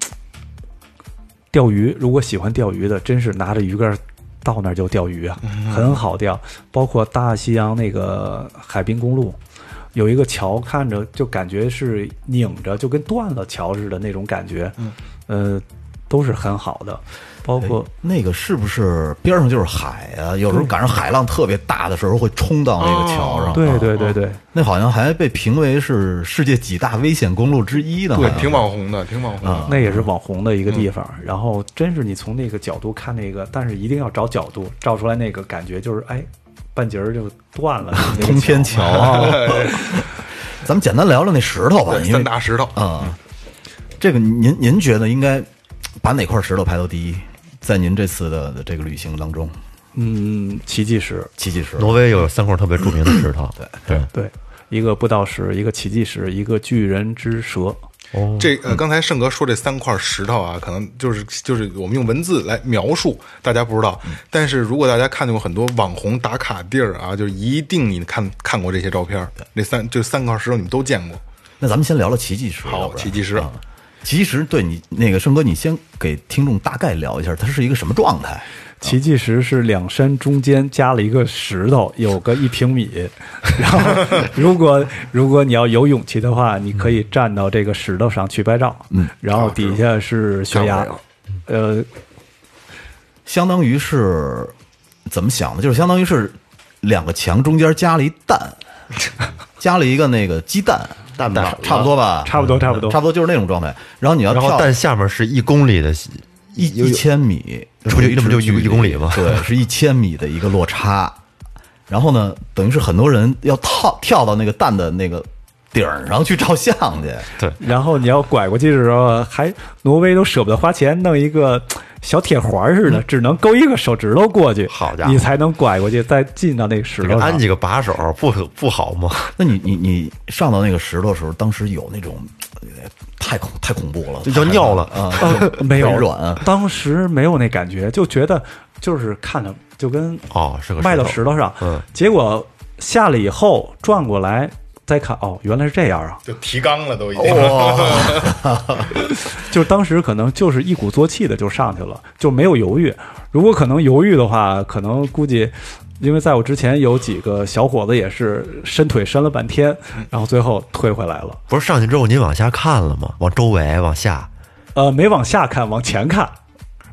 Speaker 7: 钓鱼，如果喜欢钓鱼的，真是拿着鱼竿到那儿就钓鱼啊，很好钓。包括大西洋那个海滨公路，有一个桥，看着就感觉是拧着，就跟断了桥似的那种感觉。嗯。呃，都是很好的，包括、
Speaker 6: 那个是不是边上就是海啊？有时候赶上海浪特别大的时候，会冲到那个桥上。
Speaker 7: 哦对
Speaker 6: 啊
Speaker 7: 对对对。
Speaker 6: 那好像还被评为是世界几大危险公路之一呢。
Speaker 4: 对
Speaker 6: 好，像
Speaker 4: 挺网红的，挺网红的。
Speaker 7: 那也是网红的一个地方。然后真是你从那个角度看那个，但是一定要找角度照出来那个感觉，就是哎，半截儿就断了。那个
Speaker 6: (laughs) 通天
Speaker 7: 桥
Speaker 6: 桥啊。
Speaker 4: (laughs)
Speaker 6: 咱们简单聊聊那石头吧，
Speaker 4: 对
Speaker 6: 因
Speaker 4: 三
Speaker 6: 为
Speaker 4: 大石头，
Speaker 6: 啊，这个您您觉得应该把哪块石头排到第一？在您这次的这个旅行当中，
Speaker 7: 嗯，奇迹石，
Speaker 6: 奇迹石
Speaker 2: 挪威有三块特别著名的石头，对
Speaker 7: 对，嗯一个步道石，一个奇迹石，一个巨人之舌。
Speaker 4: 这呃，刚才盛哥说这三块石头啊，可能就是就是我们用文字来描述，大家不知道。但是如果大家看见过很多网红打卡地儿啊，就是一定你看看过这些照片儿，那三就三块石头你们都见过。
Speaker 6: 那咱们先聊聊奇迹石。
Speaker 4: 好
Speaker 6: 要不然
Speaker 4: 奇迹石
Speaker 6: 啊，奇迹石对你那个盛哥，你先给听众大概聊一下，它是一个什么状态？
Speaker 7: 奇迹石是两山中间加了一个石头，有个一平米。然后，如果如果你要有勇气的话，你可以站到这个石头上去拍照。嗯，然后底下是悬崖，呃，
Speaker 6: 相当于是怎么想的？就是相当于是两个墙中间加了一
Speaker 2: (laughs)
Speaker 6: 蛋，加了一个那个鸡蛋，
Speaker 5: 蛋
Speaker 6: 差
Speaker 5: 板
Speaker 6: 差不多吧？
Speaker 7: 差不多差不多
Speaker 6: 差不多就是那种状态。然后你要
Speaker 2: 然后
Speaker 6: 跳
Speaker 2: 但下面是一公里的
Speaker 6: 一一千米，
Speaker 2: 出去
Speaker 6: 垂
Speaker 2: 那不就
Speaker 6: 直距
Speaker 2: 一
Speaker 6: 离
Speaker 2: 一公里吗
Speaker 6: 对，是一千米的一个落差。然后呢，等于是很多人要跳跳到那个蛋的那个顶儿上去照相去。
Speaker 7: 然后你要拐过去的时候，还挪威都舍不得花钱弄一个小铁环似的，只能勾一个手指头过去，
Speaker 2: 好家伙
Speaker 7: 你才能拐过去，再进到那个石
Speaker 2: 这
Speaker 7: 头
Speaker 2: 个
Speaker 7: 上
Speaker 2: 安。几个把手不不好吗？
Speaker 6: 那你你你上到那个石头的时候，当时有那种呃太恐太恐怖了，
Speaker 2: (laughs) 就要
Speaker 6: 太
Speaker 2: 尿了
Speaker 6: 啊，
Speaker 7: 呃没
Speaker 2: (laughs)
Speaker 7: 有
Speaker 6: 腿软，
Speaker 2: 啊
Speaker 7: 当时没有那感觉，就觉得就是看着就跟
Speaker 2: 哦，是个
Speaker 7: 迈到
Speaker 2: 石
Speaker 7: 石头上，
Speaker 2: 嗯
Speaker 7: 结果下来以后转过来再看哦，原来是这样啊！
Speaker 4: 就提纲了哦都已经。
Speaker 7: 就是当时可能就是一鼓作气的就上去了，就没有犹豫。如果可能犹豫的话，可能估计，因为在我之前有几个小伙子也是伸腿伸了半天，然后最后退回来了。
Speaker 2: 不是上去之后您往下看了吗？往周围往下，哦
Speaker 7: 呃，没往下看，往前看。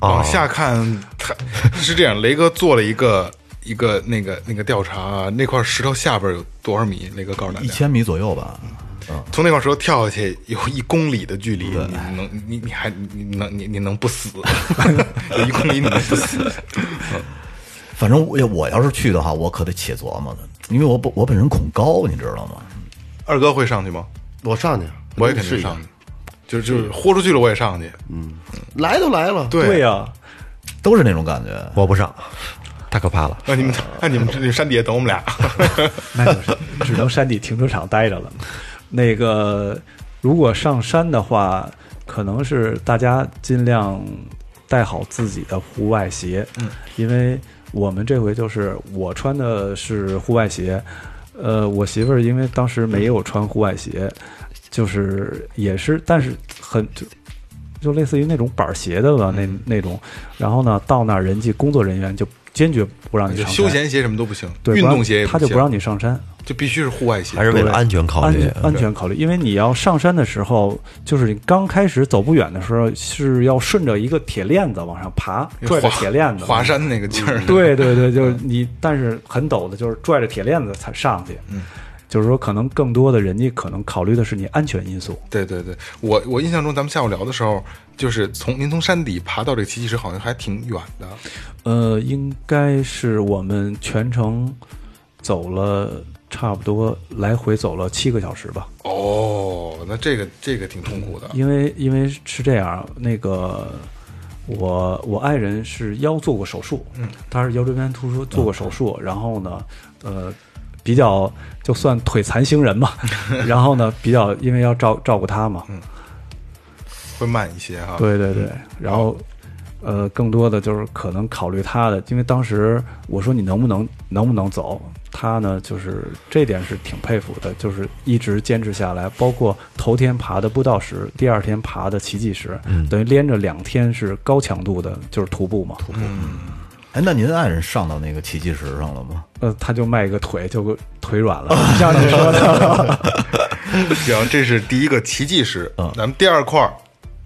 Speaker 4: 往下看，他是这样，雷哥做了一个一个那个那个调查啊，那块石头下边有多少米？雷哥告诉大
Speaker 6: 一
Speaker 4: 家，
Speaker 6: 千米左右吧。
Speaker 4: 从那块石头跳下去有一公里的距离，你能你你还你你能你你能不死？ (laughs) 有一公里你能不死？
Speaker 6: 反正我要我要是去的话，我可得且琢磨呢，因为我本我本人恐高，你知道吗？
Speaker 4: 二哥会上去吗？
Speaker 5: 我上去，啊
Speaker 4: 我也肯
Speaker 5: 试
Speaker 4: 定
Speaker 5: 一下
Speaker 4: 上去，就是就是豁出去了我也上去。
Speaker 7: 嗯
Speaker 5: 来都来了，
Speaker 4: 对啊
Speaker 7: 呀、
Speaker 6: 都是那种感觉。
Speaker 2: 我不上，太可怕了。
Speaker 4: 那你
Speaker 7: (laughs)
Speaker 4: 们那你们这山底下等我们俩。
Speaker 7: 那就是只能山底停车场待着了。那个，如果上山的话，可能是大家尽量带好自己的户外鞋，嗯，因为我们这回就是我穿的是户外鞋，呃，我媳妇儿因为当时没有穿户外鞋，就是也是，但是很就就类似于那种板儿鞋的吧，
Speaker 4: 嗯
Speaker 7: 那那种，然后呢，到那儿人家工作人员就坚决不让你
Speaker 4: 就
Speaker 7: 上山，
Speaker 4: 休闲鞋什么都不行，
Speaker 7: 对
Speaker 4: 运
Speaker 7: 不让
Speaker 4: 动鞋也
Speaker 7: 他就
Speaker 4: 行，
Speaker 7: 不让你上山，
Speaker 4: 就必须是户外鞋
Speaker 2: 还。是为了
Speaker 7: 对
Speaker 2: 安全考虑呃嗯
Speaker 7: 安，安全考虑，因为你要上山的时候，就是你刚开始走不远的时候，是要顺着一个铁链子往上爬，拽着
Speaker 4: 滑
Speaker 7: 铁链子嗯
Speaker 4: 华山那个劲儿，
Speaker 7: 对对对，就是你，但是很陡的，就是拽着铁链子才上去。嗯，就是说，可能更多的人家可能考虑的是你安全因素。
Speaker 4: 对对对，我我印象中咱们下午聊的时候，就是从您从山底爬到这个奇迹石，好像还挺远的，
Speaker 7: 呃，应该是我们全程走了差不多来回走了七个小时吧。
Speaker 4: 哦，那这个这个挺痛苦的。
Speaker 7: 因为因为是这样，那个我我爱人是腰做过手术，嗯，他是腰椎间盘突出做过手术，然后呢，呃，比较就算腿残星人嘛，然后呢，比较因为要照照顾他嘛，
Speaker 4: 会慢一些哈。，
Speaker 7: 对对对，然后呃，更多的就是可能考虑他的，因为当时我说你能不能能不能走，他呢就是这点是挺佩服的，就是一直坚持下来，包括头天爬的步道石，第二天爬的奇迹石，
Speaker 4: 嗯
Speaker 7: 等于连着两天是高强度的，就是徒
Speaker 4: (laughs)
Speaker 7: 步嘛。徒步，
Speaker 6: 哎，那您爱人上到那个奇迹石上了吗？
Speaker 7: 呃，他就迈个腿就腿软
Speaker 4: (laughs)
Speaker 7: 了，像你说的，
Speaker 4: 行，这是第一个奇迹石，
Speaker 7: 嗯
Speaker 4: 咱们第二块儿，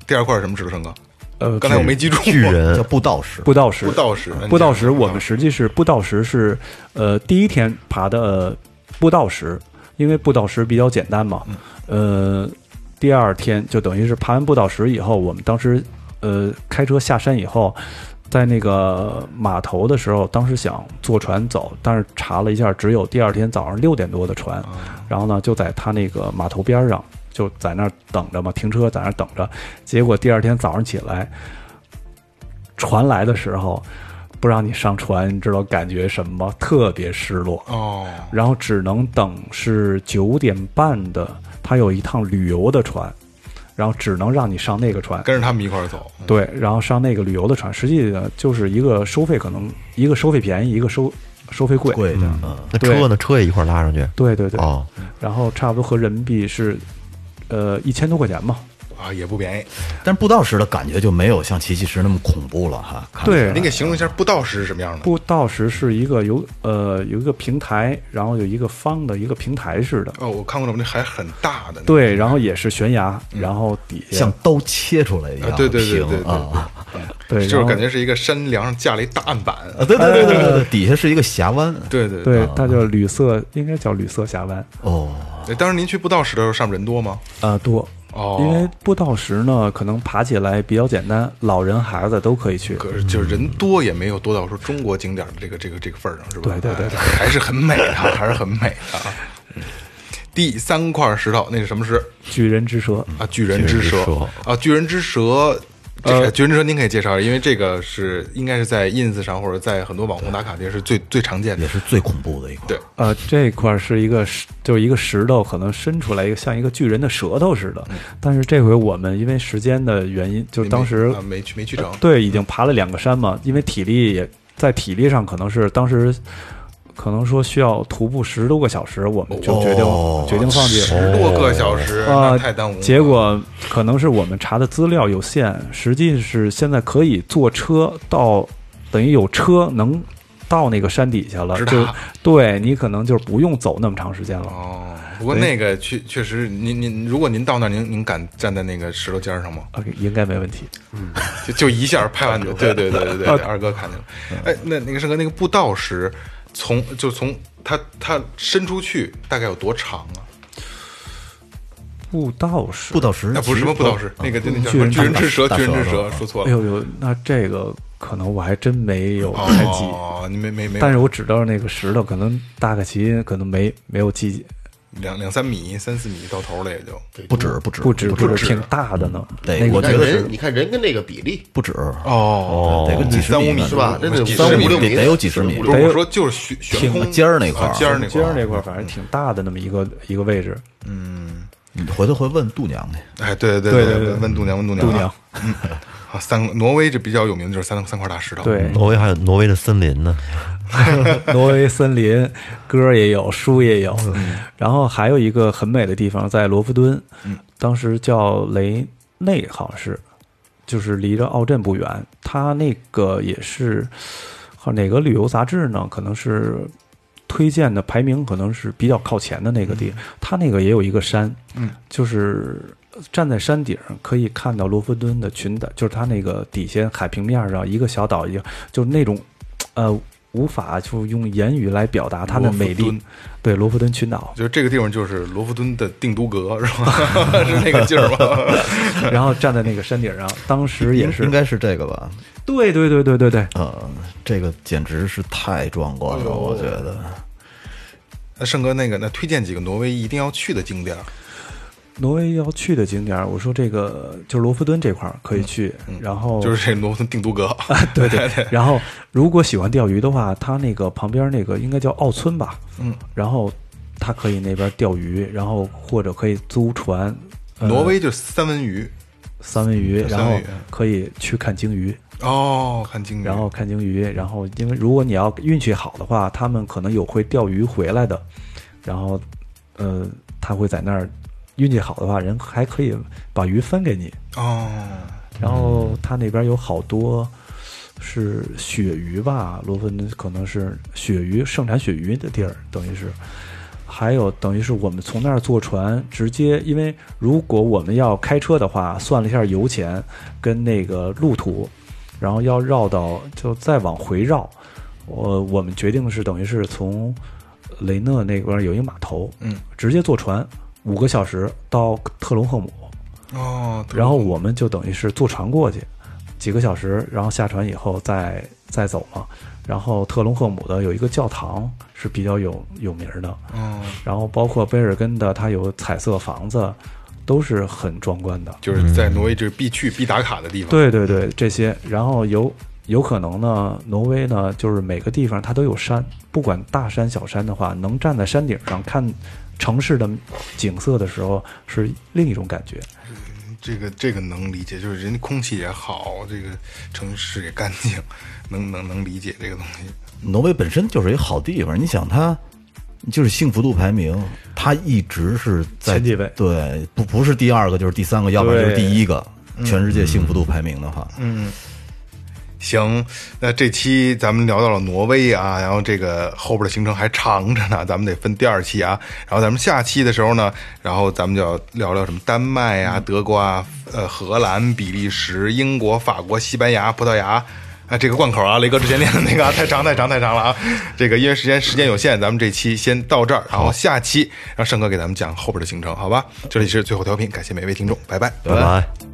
Speaker 4: 第二块儿是什么石头，成哥？
Speaker 7: 呃，
Speaker 4: 刚才我没记住。
Speaker 2: 巨
Speaker 6: 叫 (laughs)
Speaker 2: 人
Speaker 6: 步道石。
Speaker 7: 步道石，
Speaker 4: 步道石，
Speaker 7: 步道石，我们实际是步道石是，呃，第一天爬的呃步道石，因为步道石比较简单嘛，呃，第二天就等于是爬完步道石以后，我们当时呃开车下山以后，在那个码头的时候，当时想坐船走，但是查了一下，只有第二天早上六点多的船，然后呢就在他那个码头边上。就在那儿等着嘛，停车在那儿等着，结果第二天早上起来，船来的时候，不让你上船，你知道感觉什么吗？特别失落。
Speaker 4: 哦，
Speaker 7: 然后只能等是九点半的，他有一趟旅游的船，然后只能让你上那个船。
Speaker 4: 跟着他们一块儿走。
Speaker 7: 对，然后上那个旅游的船，实际呢就是一个收费，可能一个收费便宜，一个收收费贵。
Speaker 6: 贵的，嗯，
Speaker 2: 那车呢？车也一块儿拉上去
Speaker 7: 对对对。
Speaker 2: 哦，
Speaker 7: 然后差不多合人民币是，呃，一千多块钱吧。
Speaker 4: 啊，也不便宜。
Speaker 6: 但是步道石的感觉就没有像奇迹石那么恐怖了哈。看着
Speaker 7: 对
Speaker 4: 您给形容一下步道石是什么样的？
Speaker 7: 步道石是一个有呃有一个平台，然后有一个方的一个平台似的，
Speaker 4: 哦，我看过了，那还很大的。，
Speaker 7: 对，然后也是悬崖，
Speaker 4: 嗯
Speaker 7: 然后底下
Speaker 6: 像刀切出来一样
Speaker 4: 啊
Speaker 6: 平，
Speaker 4: 对对对对对
Speaker 6: 啊，
Speaker 7: 对，
Speaker 4: 就是
Speaker 7: 然后
Speaker 4: 感觉是一个山梁上架了一大案板。
Speaker 6: 啊，对对对对对对， (laughs) 底下是一个峡湾，
Speaker 4: 对对
Speaker 7: 对，它
Speaker 4: 啊
Speaker 7: 叫旅色，应该叫旅色峡湾，
Speaker 6: 哦，
Speaker 4: 对，哎当时您去步道石的时候，上面人多吗？
Speaker 7: 呃，多。
Speaker 4: 哦
Speaker 7: 因为步道石呢，可能爬起来比较简单，老人孩子都可以去。
Speaker 4: 可是就是人多也没有多到说中国景点儿的这个这个这个份儿上，是吧？
Speaker 7: 对对对对
Speaker 4: 哎还是很美的，还是很美的啊。第三块石头那是什么石
Speaker 7: 巨人之呃蛇，
Speaker 4: 啊？巨人之
Speaker 2: 巨人之
Speaker 4: 蛇
Speaker 2: 蛇
Speaker 4: 啊，巨人之蛇。这个巨人之蛇您可以介绍一下，因为这个是应该是在 ins 上或者在很多网红打卡地是最最常见的
Speaker 6: 也。是最恐怖的一块。
Speaker 4: 对，
Speaker 7: 呃，这块儿是一个石，就是一个石头，可能伸出来一个像一个巨人的舌头似的。但是这回我们因为时间的原因，就
Speaker 4: 嗯没
Speaker 7: 当时
Speaker 4: 啊没去没去
Speaker 7: 呃
Speaker 4: 成，
Speaker 7: 对，已经爬了两个山嘛，因为体力也在体力上可能是当时可能说需要徒步十多个小时，我们就决定、决定放弃。
Speaker 4: 哦十多个小时，
Speaker 7: 啊，
Speaker 4: 那太耽误了。
Speaker 7: 结果可能是我们查的资料有限，实际是现在可以坐车到，等于有车能到那个山底下了，
Speaker 4: 直达
Speaker 7: 就对你可能就是不用走那么长时间了。
Speaker 4: 哦，不过那个确确实，您您如果您到那儿，您您敢站在那个石头尖儿上吗？
Speaker 7: OK，应该没问题。
Speaker 4: 就就一下拍
Speaker 7: (laughs)
Speaker 4: 完，对对对对对，
Speaker 7: 啊
Speaker 4: 对二哥看见了。哎，那那个盛哥，那个步道时，从就从他他伸出去大概有多长啊？
Speaker 7: 步道是
Speaker 6: 不到十，
Speaker 4: 那不是什么步道时，那个就那叫什么啊巨
Speaker 6: 巨人
Speaker 4: 人之蛇，
Speaker 6: 大
Speaker 4: 巨人之
Speaker 6: 大
Speaker 4: 蛇啊
Speaker 6: 蛇，
Speaker 4: 说错
Speaker 7: 哎
Speaker 4: 了。
Speaker 7: 呦呦，那这个可能我还真没有太记，
Speaker 4: 哦，你没没没，
Speaker 7: 但是我只知道那个石头可能大概其可能没没有记
Speaker 4: 两两三米、三四米到头了也就。
Speaker 6: 不止不止
Speaker 7: 不止不止
Speaker 4: 止嗯
Speaker 7: 挺大的呢。
Speaker 6: 得
Speaker 7: 那
Speaker 5: 你
Speaker 7: 个
Speaker 5: 看
Speaker 7: 真的是
Speaker 5: 人，你看人跟那个比例
Speaker 6: 不止，
Speaker 4: 哦
Speaker 6: 得个几十
Speaker 4: 三五
Speaker 6: 米
Speaker 4: 米
Speaker 6: 呢
Speaker 5: 是吧？那得
Speaker 4: 几十
Speaker 5: 三
Speaker 4: 米
Speaker 5: 五六
Speaker 6: 得
Speaker 5: 米，
Speaker 6: 得有几十米
Speaker 5: 四五
Speaker 4: 不
Speaker 5: 六
Speaker 4: 是
Speaker 7: 得
Speaker 4: 我说就是悬悬
Speaker 7: 挺
Speaker 4: 空
Speaker 6: 尖儿那块儿
Speaker 4: 啊尖儿那块
Speaker 7: 尖儿那
Speaker 4: 儿。
Speaker 7: 块儿反正挺大的那么一个一个位置，
Speaker 6: 你回头会问度娘去。
Speaker 4: 哎，对对
Speaker 7: 对对
Speaker 4: 对，
Speaker 7: 对
Speaker 4: 温度娘，温度娘，
Speaker 7: 度娘。
Speaker 4: 嗯，啊，三个挪威这比较有名的就是三三块大石头。嗯
Speaker 7: 对，
Speaker 2: 挪威还有挪威的森林呢，
Speaker 7: 挪威森林，歌儿也有，书也有，
Speaker 4: 嗯
Speaker 7: 然后还有一个很美的地方在罗弗敦，当时叫雷内，好像是，就是离着奥镇不远。它那个也是，好哪个旅游杂志呢？可能是推荐的排名可能是比较靠前的那个地，它那个也有一个山，
Speaker 4: 嗯，
Speaker 7: 就是。站在山顶上可以看到罗弗敦的群岛，就是它那个底下海平面上一个小岛一样，就是那种，呃，无法就用言语来表达它的
Speaker 4: 罗弗
Speaker 7: 美丽
Speaker 4: 敦。
Speaker 7: 对，罗弗敦群岛
Speaker 4: 我，觉得这个地方就是罗弗敦的定都阁，是吗？是那个劲儿吗？ (laughs)
Speaker 7: 然后站在那个山顶上，当时也是
Speaker 6: 应，该是这个吧？
Speaker 7: 对对对对对对，
Speaker 6: 呃，这个简直是太壮观
Speaker 5: 哎
Speaker 6: 了，我觉得。
Speaker 4: 那盛哥，那个，那推荐几个挪威一定要去的景点儿？
Speaker 7: 挪威要去的景点儿，我说这个就是罗弗敦这块儿可以去，然后
Speaker 4: 嗯就是这罗弗敦定都阁，
Speaker 7: 哦
Speaker 4: (laughs)
Speaker 7: 对对，然后如果喜欢钓鱼的话，它那个旁边那个应该叫奥村吧，嗯，然后它可以那边钓鱼，然后或者可以租船，呃
Speaker 4: 挪威就是三文鱼
Speaker 7: 三文鱼，
Speaker 4: 三
Speaker 7: 然
Speaker 4: 文
Speaker 7: 后
Speaker 4: 鱼嗯
Speaker 7: 可以去看鲸鱼，
Speaker 4: 哦，看鲸鱼，
Speaker 7: 然后看鲸鱼，然后因为如果你要运气好的话，他们可能有会钓鱼回来的，然后呃，他会在那儿运气好的话，人还可以把鱼分给你，
Speaker 4: 哦，
Speaker 7: 然后他那边有好多是鳕鱼吧，罗芬可能是鳕鱼盛产鳕鱼的地儿，等于是。呃还有，等于是我们从那儿坐船直接，因为如果我们要开车的话，算了一下油钱跟那个路途，然后要绕到就再往回绕，我我们决定是等于是从雷讷那边有一个码头，
Speaker 4: 嗯，
Speaker 7: 直接坐船五个小时到特隆赫姆，
Speaker 4: 哦，
Speaker 7: 然后我们就等于是坐船过去，几个小时，然后下船以后再再走嘛。然后特隆赫姆的有一个教堂是比较有有名儿的，
Speaker 4: 哦，
Speaker 7: 然后包括贝尔根的，它有彩色房子，都是很壮观的。
Speaker 4: 就是在挪威这必去必打卡的地方，，
Speaker 7: 对对对，这些，然后有有可能呢，挪威呢，就是每个地方它都有山，不管大山小山的话，能站在山顶上看城市的景色的时候，是另一种感觉。
Speaker 4: 这个这个能理解，就是人家空气也好，这个城市也干净，能能能理解这个东西。
Speaker 6: 挪威本身就是一好地方，你想它就是幸福度排名，它一直是在
Speaker 7: 前几位
Speaker 6: 对，不不是第二个就是第三个，要不然就是第一个。
Speaker 7: 嗯
Speaker 6: 全世界幸
Speaker 5: 嗯
Speaker 6: 福度排名的话，
Speaker 4: 行，那这期咱们聊到了挪威啊，然后这个后边的行程还长着呢，咱们得分第二期啊。然后咱们下期的时候呢，然后咱们就要聊聊什么丹麦啊、德国啊、呃、荷兰、比利时、英国、法国、西班牙、葡萄牙。啊，这个贯口啊，雷哥之前练的那个啊，太长太长太长了啊！这个因为时间时间有限，咱们这期先到这儿，然后下期让盛哥给咱们讲后边的行程，好吧？这里是最后调频，感谢每位听众，拜拜。
Speaker 2: 拜拜。